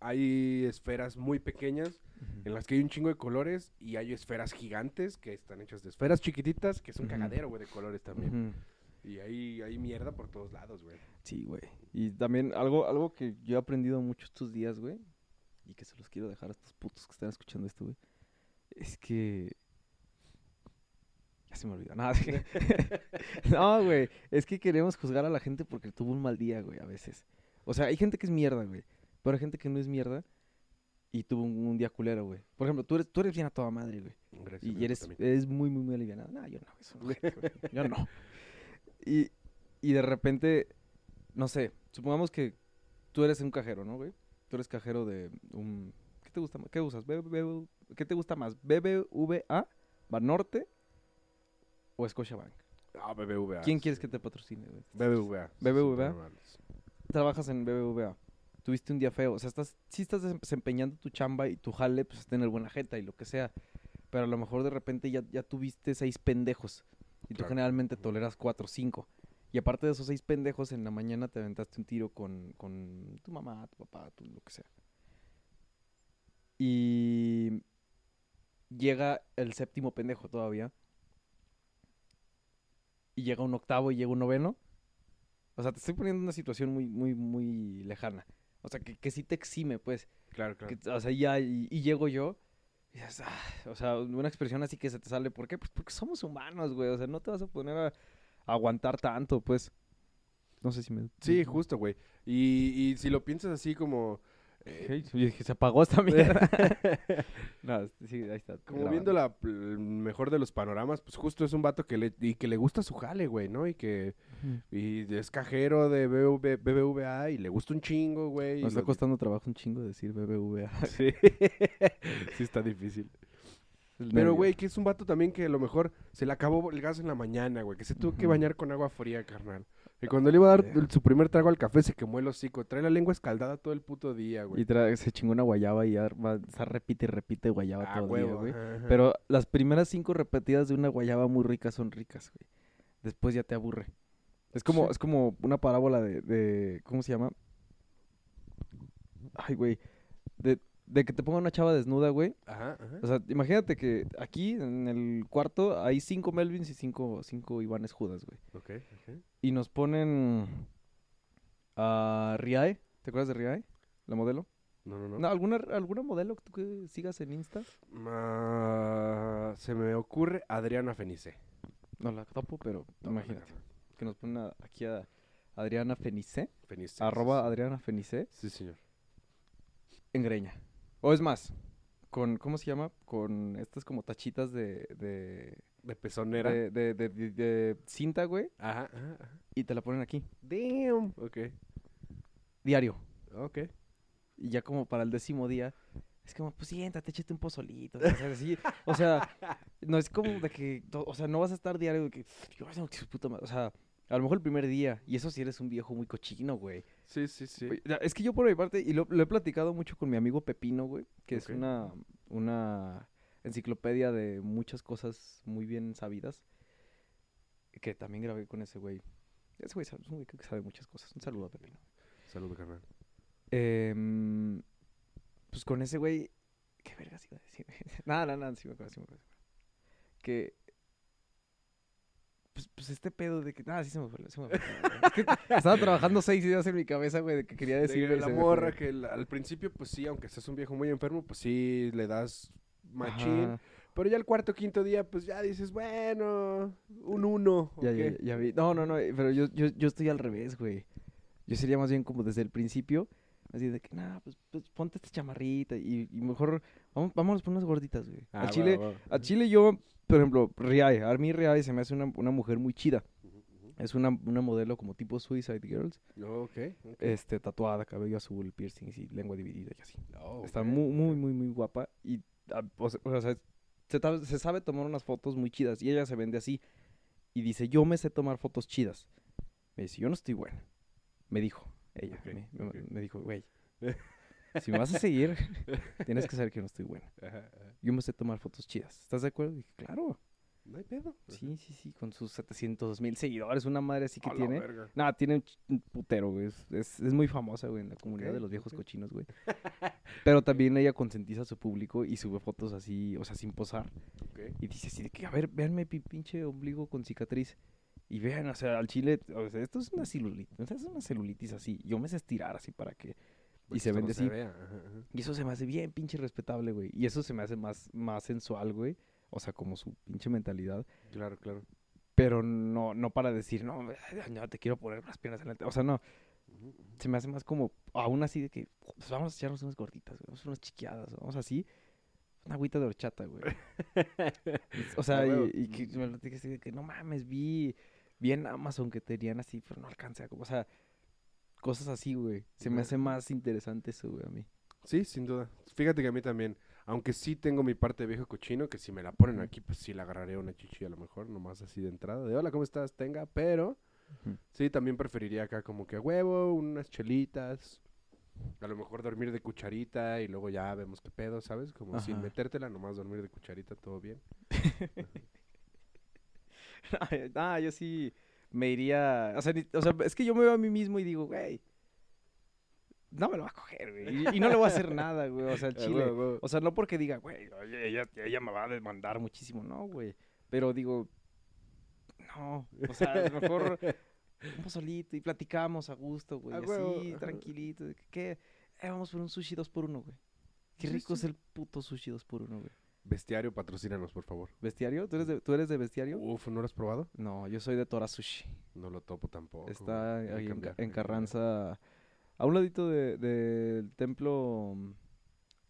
[SPEAKER 3] hay esferas muy pequeñas en las que hay un chingo de colores y hay esferas gigantes que están hechas de esferas chiquititas, que es un
[SPEAKER 2] Ujú.
[SPEAKER 3] cagadero, güey, de colores también.
[SPEAKER 2] Ujú.
[SPEAKER 3] Y hay, hay mierda por todos lados, güey.
[SPEAKER 2] Sí, güey. Y también algo, algo que yo he aprendido mucho estos días, güey, y que se los quiero dejar a estos putos que están escuchando esto, güey, es que... Ya se me olvidó nada. *laughs* no, güey. Es que queremos juzgar a la gente porque tuvo un mal día, güey, a veces. O sea, hay gente que es mierda, güey. Pero hay gente que no es mierda y tuvo un, un día culero, güey. Por ejemplo, tú eres, tú eres bien a toda madre, güey.
[SPEAKER 3] Gracias,
[SPEAKER 2] Y
[SPEAKER 3] amigo,
[SPEAKER 2] eres,
[SPEAKER 3] también.
[SPEAKER 2] eres muy, muy, muy alivianado. No, yo no, es un ojete, güey. Yo no. Y, y de repente, no sé, supongamos que tú eres un cajero, ¿no, güey? Tú eres cajero de un... ¿Qué te gusta más? ¿Qué usas? BBV ¿Qué te gusta más? ¿BBVA, Banorte o Scotiabank?
[SPEAKER 3] Ah, BBVA.
[SPEAKER 2] ¿Quién quieres que te patrocine, güey?
[SPEAKER 3] BBVA.
[SPEAKER 2] BBVA.
[SPEAKER 3] Super Mario.
[SPEAKER 2] Trabajas en BBVA. Tuviste un día feo. O sea, estás, sí estás desem- desempeñando tu chamba y tu jale, pues, está en el buena jeta y lo que sea. Pero a lo mejor de repente ya, ya tuviste seis pendejos. Y tú
[SPEAKER 3] Claro.
[SPEAKER 2] generalmente toleras cuatro o cinco. Y aparte de esos seis pendejos, en la mañana te aventaste un tiro con, con tu mamá, tu papá, tu lo que sea. Y llega el séptimo pendejo todavía. Y llega un octavo y llega un noveno. O sea, te estoy poniendo en una situación muy, muy, muy lejana. O sea, que, que sí te exime, pues.
[SPEAKER 3] Claro, claro.
[SPEAKER 2] Que, o sea, ya, y, y llego yo, y dices, "Ah", o sea, una expresión así que se te sale. ¿Por qué? Pues porque somos humanos, güey. O sea, no te vas a poner a, a aguantar tanto, pues. No sé si me.
[SPEAKER 3] Sí, justo, güey. Y, y si lo piensas así como... eh,
[SPEAKER 2] Ey, yo dije, se apagó
[SPEAKER 3] *laughs*
[SPEAKER 2] esta mierda. *laughs* no, sí, ahí está.
[SPEAKER 3] Como viendo la, el mejor de los panoramas, pues justo es un vato que le, y que le gusta su jale, güey, ¿no? Y que
[SPEAKER 2] Ujú.
[SPEAKER 3] y es cajero de BBV BBVA y le gusta un chingo, güey. y
[SPEAKER 2] Nos está
[SPEAKER 3] lo-
[SPEAKER 2] costando trabajo un chingo decir BBVA. *laughs*
[SPEAKER 3] Sí. sí, está difícil.
[SPEAKER 2] El
[SPEAKER 3] Pero,
[SPEAKER 2] nervio.
[SPEAKER 3] güey, que es un vato también que a lo mejor se le acabó el gas en la mañana, güey. Que se tuvo que
[SPEAKER 2] Ujú.
[SPEAKER 3] bañar con agua fría, carnal. Y cuando le iba a dar
[SPEAKER 2] Verga.
[SPEAKER 3] su primer trago al café, se quemó el hocico. Trae la lengua escaldada todo el puto día,
[SPEAKER 2] Y
[SPEAKER 3] güey.
[SPEAKER 2] tra- se chingó una guayaba y ya va- se repite y repite guayaba
[SPEAKER 3] Ah,
[SPEAKER 2] todo el día,
[SPEAKER 3] huevo,
[SPEAKER 2] güey.
[SPEAKER 3] ajá, ajá.
[SPEAKER 2] Pero las primeras cinco repetidas de una guayaba muy rica son ricas, güey. Después ya te aburre. Es como,
[SPEAKER 3] Sí.
[SPEAKER 2] es como una parábola de, de- ¿Cómo se llama? Ay, güey. De, de que te ponga una chava desnuda, güey.
[SPEAKER 3] Ajá, ajá.
[SPEAKER 2] O sea, imagínate que aquí en el cuarto hay cinco Melvins y cinco, cinco Ivanes Judas, güey.
[SPEAKER 3] Ok, ok.
[SPEAKER 2] Y nos ponen a Riae. ¿Te acuerdas de Riae? La modelo.
[SPEAKER 3] No, no, no.
[SPEAKER 2] No, ¿alguna, ¿Alguna modelo que tú que sigas en Insta?
[SPEAKER 3] Ma- se me ocurre Adriana Fenice.
[SPEAKER 2] No la topo, pero
[SPEAKER 3] No, no,
[SPEAKER 2] imagínate.
[SPEAKER 3] no, no.
[SPEAKER 2] que nos ponen a- aquí a Adriana Fenice,
[SPEAKER 3] Fenice. sí,
[SPEAKER 2] arroba
[SPEAKER 3] sí,
[SPEAKER 2] Adriana Fenice,
[SPEAKER 3] Sí, sí, señor.
[SPEAKER 2] en greña. O es más, con, ¿cómo se llama? Con estas como tachitas de, de,
[SPEAKER 3] De pezonera.
[SPEAKER 2] de, de- de- de- de cinta, güey,
[SPEAKER 3] Ajá, ajá, ajá.
[SPEAKER 2] y te la ponen aquí,
[SPEAKER 3] Damn. Ok,
[SPEAKER 2] diario.
[SPEAKER 3] ok.
[SPEAKER 2] Y ya como para el décimo día, es como, pues siéntate, échate un pozolito. O sea, así, o sea, no es como de que, to- o sea, no vas a estar diario de que, "Yo, no, que su puta madre", o sea, a lo mejor el primer día, y eso si eres un viejo muy cochino, güey.
[SPEAKER 3] Sí, sí, sí.
[SPEAKER 2] Oye, ya, Es que yo por mi parte, y lo, lo he platicado mucho con mi amigo Pepino, güey, que
[SPEAKER 3] Ok.
[SPEAKER 2] es una, una enciclopedia de muchas cosas muy bien sabidas, que también grabé con ese güey. Ese güey sabe, es un güey que sabe muchas cosas. Un saludo a Pepino.
[SPEAKER 3] Saludos, carnal.
[SPEAKER 2] Em, pues con ese güey. ¿Qué vergas iba a decir? *laughs* güey? No, no, no, sí me acuerdo, sí me acuerdo. sí me acuerdo. Que. Pues, pues este pedo de que. Nada, sí se me fue. se me fue, güey. Es que estaba trabajando seis ideas en mi cabeza, güey, de que quería
[SPEAKER 3] De
[SPEAKER 2] decir.
[SPEAKER 3] que la morra que la- al principio, pues sí, aunque seas un viejo muy enfermo, pues sí, le das machín. Pero ya el cuarto quinto día, pues ya dices, bueno, un uno.
[SPEAKER 2] Ya,
[SPEAKER 3] ¿ok?
[SPEAKER 2] ya, ya vi. No, no, no, eh, pero yo, yo, yo estoy al revés, güey. Yo sería más bien como desde el principio, así de que, nada, pues, pues, ponte esta chamarrita y, y mejor, vamos, vámonos por unas gorditas, güey.
[SPEAKER 3] Ah,
[SPEAKER 2] a
[SPEAKER 3] va,
[SPEAKER 2] Chile,
[SPEAKER 3] va.
[SPEAKER 2] a Chile yo, por ejemplo, Riae, a mí Riae se me hace una, una mujer muy chida.
[SPEAKER 3] Ujú, ujú.
[SPEAKER 2] Es una, una modelo como tipo Suicide Girls,
[SPEAKER 3] No, ok. ok.
[SPEAKER 2] este, tatuada, cabello azul, piercings y lengua dividida y así.
[SPEAKER 3] No,
[SPEAKER 2] Está
[SPEAKER 3] ok.
[SPEAKER 2] muy, muy, muy, muy guapa y, ah, o se- o sea, se, ta- se sabe tomar unas fotos muy chidas y ella se vende así. Y dice, yo me sé tomar fotos chidas. Me dice, yo no estoy buena. Me dijo, ella,
[SPEAKER 3] Ok,
[SPEAKER 2] me, me-
[SPEAKER 3] ok.
[SPEAKER 2] me dijo, güey, si me vas a
[SPEAKER 3] *laughs*
[SPEAKER 2] seguir, tienes que saber que yo no estoy buena.
[SPEAKER 3] Ajá, ajá.
[SPEAKER 2] Yo me sé tomar fotos chidas. ¿Estás de acuerdo? Dije, claro.
[SPEAKER 3] No hay pedo.
[SPEAKER 2] Sí, sí, sí, con sus 700 mil seguidores, una madre así que
[SPEAKER 3] A la
[SPEAKER 2] tiene.
[SPEAKER 3] verga.
[SPEAKER 2] Nada, tiene un ch- un putero, güey. Es, es- es muy famosa, güey, en la comunidad de
[SPEAKER 3] Ok,
[SPEAKER 2] los viejos
[SPEAKER 3] ok.
[SPEAKER 2] cochinos,
[SPEAKER 3] *laughs*
[SPEAKER 2] güey. Pero también ella concientiza a su público y sube fotos así, o sea, sin posar.
[SPEAKER 3] Ok.
[SPEAKER 2] Y dice así de que, a ver, véanme mi pinche ombligo con cicatriz. Y vean, o sea, al chile, o sea, esto es una celulitis, o sea, es una celulitis así. Yo me sé estirar así para que...
[SPEAKER 3] Pues
[SPEAKER 2] se
[SPEAKER 3] esto
[SPEAKER 2] vende
[SPEAKER 3] no
[SPEAKER 2] así.
[SPEAKER 3] vea, ajá, ajá.
[SPEAKER 2] Y eso se me hace bien pinche respetable, güey. Y eso se me hace más, más sensual, güey. O sea, como su pinche mentalidad.
[SPEAKER 3] Claro, claro.
[SPEAKER 2] Pero no, no para decir, no, no te quiero poner las piernas adelante. O sea, no,
[SPEAKER 3] Ujú, ujú.
[SPEAKER 2] se me hace más como, aún así de que, pues vamos a echarnos unas gorditas, güey, vamos a hacer unas chiqueadas, vamos así, una agüita de horchata,
[SPEAKER 3] *laughs*
[SPEAKER 2] güey. o sea,
[SPEAKER 3] A huevo.
[SPEAKER 2] y, y que me lo dije así de que, no mames, vi, vi en Amazon que tenían así, pero no alcancé, a co-". o sea, cosas así, güey. Se me
[SPEAKER 3] Ujú.
[SPEAKER 2] hace más interesante eso, güey, a mí.
[SPEAKER 3] Sí, sin duda. Fíjate que a mí también, aunque sí tengo mi parte de viejo cochino, que si me la ponen
[SPEAKER 2] Ujú.
[SPEAKER 3] aquí, pues sí la agarraré una chichi a lo mejor, nomás así de entrada, de hola, ¿cómo estás? Tenga, pero
[SPEAKER 2] Ujú.
[SPEAKER 3] sí, también preferiría acá como que a huevo, unas chelitas, a lo mejor dormir de cucharita y luego ya vemos qué pedo, ¿sabes? Como sin
[SPEAKER 2] Ajá.
[SPEAKER 3] metértela, nomás dormir de cucharita, todo bien.
[SPEAKER 2] *laughs* ah, yo sí me iría, o sea, ni- o sea, es que yo me veo a mí mismo y digo, güey, no me lo va a coger, güey, y, y no le voy a hacer nada, güey, o sea, al
[SPEAKER 3] *laughs* A
[SPEAKER 2] chile.
[SPEAKER 3] huevo, a huevo.
[SPEAKER 2] O sea, no porque diga, güey, oye, ella, ella me va a demandar muchísimo, no, güey. Pero digo, no, o sea, a lo mejor vamos solito y platicamos a gusto, güey,
[SPEAKER 3] A
[SPEAKER 2] así,
[SPEAKER 3] huevo, ajá.
[SPEAKER 2] tranquilito. de que, ¿Qué? Eh, vamos por un sushi 2 por 1 güey. Qué
[SPEAKER 3] Sí,
[SPEAKER 2] rico
[SPEAKER 3] sí.
[SPEAKER 2] es el puto sushi 2 por 1 güey.
[SPEAKER 3] Bestiario, patrocínanos, por favor.
[SPEAKER 2] ¿Bestiario? ¿Tú eres de, ¿tú eres de bestiario?
[SPEAKER 3] Uf, ¿no lo has probado?
[SPEAKER 2] No, yo soy de Tora Sushi.
[SPEAKER 3] No lo topo tampoco.
[SPEAKER 2] Está
[SPEAKER 3] güey. Hay que
[SPEAKER 2] ahí en, Ca-
[SPEAKER 3] cambiar, hay
[SPEAKER 2] en
[SPEAKER 3] que cambiar.
[SPEAKER 2] Carranza, a un ladito de- del templo. mm,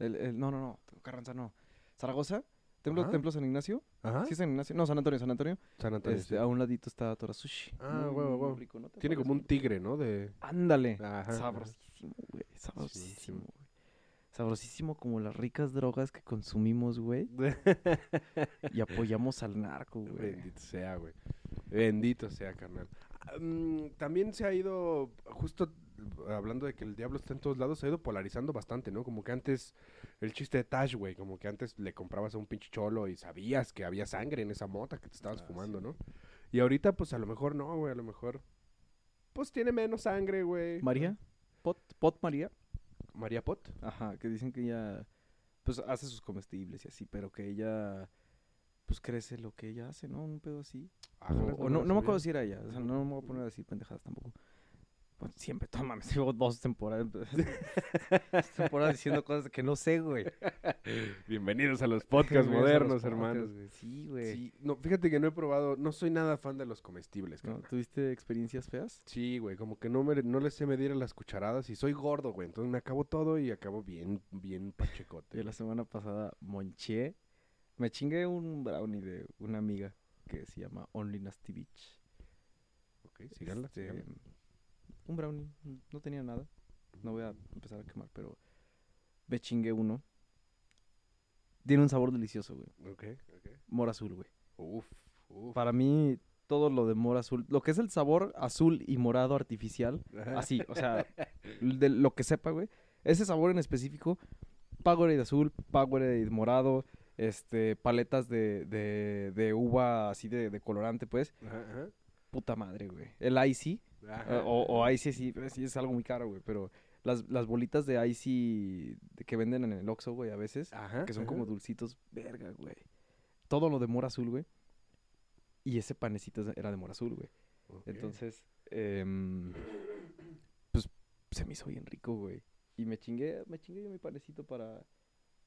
[SPEAKER 2] el- el- no, no, no, Carranza no. Zaragoza, templo,
[SPEAKER 3] Ajá.
[SPEAKER 2] templo San Ignacio.
[SPEAKER 3] Ajá.
[SPEAKER 2] ¿Sí es San Ignacio? No, San Antonio, San Antonio.
[SPEAKER 3] San Antonio,
[SPEAKER 2] Este,
[SPEAKER 3] sí.
[SPEAKER 2] A un ladito está Torasushi.
[SPEAKER 3] Ah, huevo, huevo.
[SPEAKER 2] rico, ¿no te
[SPEAKER 3] Tiene como
[SPEAKER 2] parece?
[SPEAKER 3] un tigre, ¿no? De...
[SPEAKER 2] Ándale.
[SPEAKER 3] Ajá, ajá. *laughs*
[SPEAKER 2] Sabrosísimo, güey. Sabrosísimo,
[SPEAKER 3] Simón.
[SPEAKER 2] güey. Sabrosísimo como las ricas drogas que consumimos, güey. Y apoyamos al narco, güey.
[SPEAKER 3] Bendito sea, güey. Bendito sea, carnal. Ah, mm, también se ha ido, justo eh, hablando de que el diablo está en todos lados, se ha ido polarizando bastante, ¿no? Como que antes, el chiste de Tash, güey, como que antes le comprabas a un pinche cholo y sabías que había sangre en esa mota que te estabas
[SPEAKER 2] Ah,
[SPEAKER 3] fumando,
[SPEAKER 2] sí.
[SPEAKER 3] ¿no? Y ahorita, pues a lo mejor no, güey, a lo mejor. Pues tiene menos sangre, güey.
[SPEAKER 2] María. Pot, Pot María.
[SPEAKER 3] María Pot.
[SPEAKER 2] Ajá, que dicen que ella, pues, hace sus comestibles y así, pero que ella, pues, crece lo que ella hace, ¿no? Un pedo así.
[SPEAKER 3] Ajá,
[SPEAKER 2] O- o no,
[SPEAKER 3] lo
[SPEAKER 2] no me acuerdo
[SPEAKER 3] sabía.
[SPEAKER 2] si era ella. O sea, no me voy a poner a decir pendejadas tampoco. Pues, siempre, toma, me *laughs* llevo dos temporadas.
[SPEAKER 3] *laughs*
[SPEAKER 2] dos temporadas diciendo cosas que no sé, güey.
[SPEAKER 3] Bienvenidos a los *laughs* podcasts
[SPEAKER 2] Güey, son los
[SPEAKER 3] modernos, hermanos.
[SPEAKER 2] podcasts, güey. Sí, güey.
[SPEAKER 3] Sí, no, fíjate que no he probado, no soy nada fan de los comestibles,
[SPEAKER 2] ¿No?
[SPEAKER 3] carnal.
[SPEAKER 2] ¿Tuviste experiencias feas?
[SPEAKER 3] Sí, güey, como que no me no le sé medir a las cucharadas y soy gordo, güey, entonces me acabo todo y acabo bien bien pachecote.
[SPEAKER 2] Yo la semana pasada monché. Me chingué un brownie de una amiga que se llama Only Nasty Beach.
[SPEAKER 3] Ok, síganla,
[SPEAKER 2] Este,
[SPEAKER 3] síganla.
[SPEAKER 2] Un brownie, n- no tenía nada. No voy a empezar a quemar, pero me chingué uno. Tiene un sabor delicioso, güey.
[SPEAKER 3] Ok, ok.
[SPEAKER 2] Mora azul, güey.
[SPEAKER 3] Uf, uf.
[SPEAKER 2] Para mí, todo lo de mora azul, lo que es el sabor azul y morado artificial,
[SPEAKER 3] Ajá.
[SPEAKER 2] así, o
[SPEAKER 3] *laughs*
[SPEAKER 2] sea, de lo que sepa, güey. Ese sabor en específico, Powerade azul, Powerade morado, este, paletas de, de, de uva así de, de colorante, pues.
[SPEAKER 3] Ajá, ajá.
[SPEAKER 2] Puta madre, güey. El Icy, eh,
[SPEAKER 3] Ajá.
[SPEAKER 2] pues o, o Icy sí, sí, es algo muy caro, güey, pero Las, las bolitas de icy de- que venden en el Oxxo, güey, a veces.
[SPEAKER 3] Ajá.
[SPEAKER 2] que son
[SPEAKER 3] ajá.
[SPEAKER 2] como dulcitos. Verga, güey. Todo lo de mora azul, güey. Y ese panecito es- era de mora azul, güey.
[SPEAKER 3] Ok.
[SPEAKER 2] Entonces, em, pues se me hizo bien rico, güey. Y me chingué, me chingué yo mi panecito para...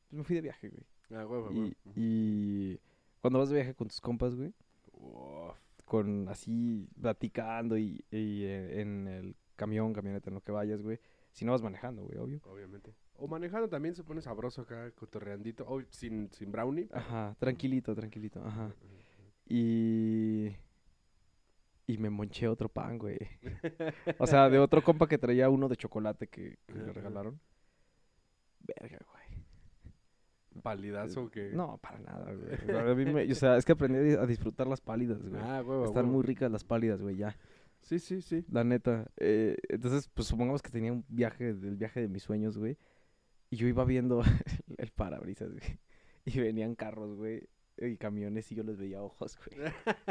[SPEAKER 2] Pues me fui de viaje, güey.
[SPEAKER 3] Ah, huevo, huevo.
[SPEAKER 2] Y, y cuando vas de viaje con tus compas, güey,
[SPEAKER 3] Uf,
[SPEAKER 2] con así platicando y, y, eh, en el camión, camioneta, en lo que vayas, güey. Si no vas manejando, güey, obvio.
[SPEAKER 3] obviamente. O manejando también se pone sabroso acá, cotorreandito. Oh, sin, sin brownie.
[SPEAKER 2] Ajá, tranquilito, tranquilito, ajá. Y... Y me monché otro pan,
[SPEAKER 3] *laughs*
[SPEAKER 2] güey. O sea, de otro compa que traía uno de chocolate que, que
[SPEAKER 3] Ajá.
[SPEAKER 2] le regalaron. Verga, güey. Eh,
[SPEAKER 3] Palidazo que.
[SPEAKER 2] No, para nada,
[SPEAKER 3] *laughs*
[SPEAKER 2] güey. A mí me- o sea, es que aprendí a disfrutar las pálidas, güey.
[SPEAKER 3] Ah, huevo.
[SPEAKER 2] Están
[SPEAKER 3] huevo.
[SPEAKER 2] muy ricas las pálidas, güey, ya.
[SPEAKER 3] Sí, sí, sí.
[SPEAKER 2] La neta. Eh, entonces, pues supongamos que tenía un viaje, del viaje de mis sueños, güey. Y yo iba viendo *laughs* el parabrisas, güey. Y venían carros, güey. Y camiones y yo les veía ojos,
[SPEAKER 3] *laughs*
[SPEAKER 2] güey. *laughs*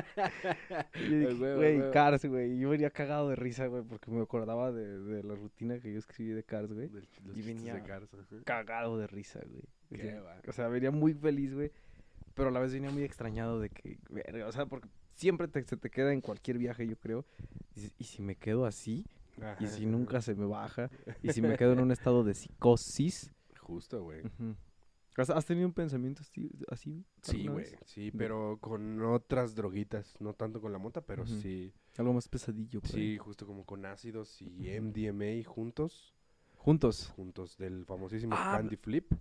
[SPEAKER 2] Y yo
[SPEAKER 3] A
[SPEAKER 2] dije,
[SPEAKER 3] huevo, a
[SPEAKER 2] güey,
[SPEAKER 3] huevo.
[SPEAKER 2] Cars, güey. Y yo venía cagado de risa, güey, porque me acordaba de, de la rutina que yo escribí de Cars, güey.
[SPEAKER 3] Del-
[SPEAKER 2] Y
[SPEAKER 3] los chistes de
[SPEAKER 2] venía-
[SPEAKER 3] Garza, ajá.
[SPEAKER 2] Cagado de risa, güey.
[SPEAKER 3] Qué
[SPEAKER 2] O sea,
[SPEAKER 3] va.
[SPEAKER 2] O sea, venía muy feliz, güey. Pero a la vez venía muy extrañado de que, verga, o sea, porque siempre te- se te queda en cualquier viaje, yo creo. Dices, y si me quedo así, y
[SPEAKER 3] Ajá,
[SPEAKER 2] si nunca se me baja, y si me quedo en un estado de psicosis.
[SPEAKER 3] Justo, güey.
[SPEAKER 2] Ujú. ¿Has, has tenido un pensamiento así? así
[SPEAKER 3] Sí,
[SPEAKER 2] alguna
[SPEAKER 3] güey.
[SPEAKER 2] vez?
[SPEAKER 3] Sí,
[SPEAKER 2] De-
[SPEAKER 3] pero con otras droguitas. No tanto con la mota, pero
[SPEAKER 2] Ujú.
[SPEAKER 3] sí.
[SPEAKER 2] Algo más pesadillo. por ahí.
[SPEAKER 3] Sí, justo como con ácidos y MDMA juntos.
[SPEAKER 2] Juntos.
[SPEAKER 3] Juntos del famosísimo
[SPEAKER 2] Ah,
[SPEAKER 3] Candy Flip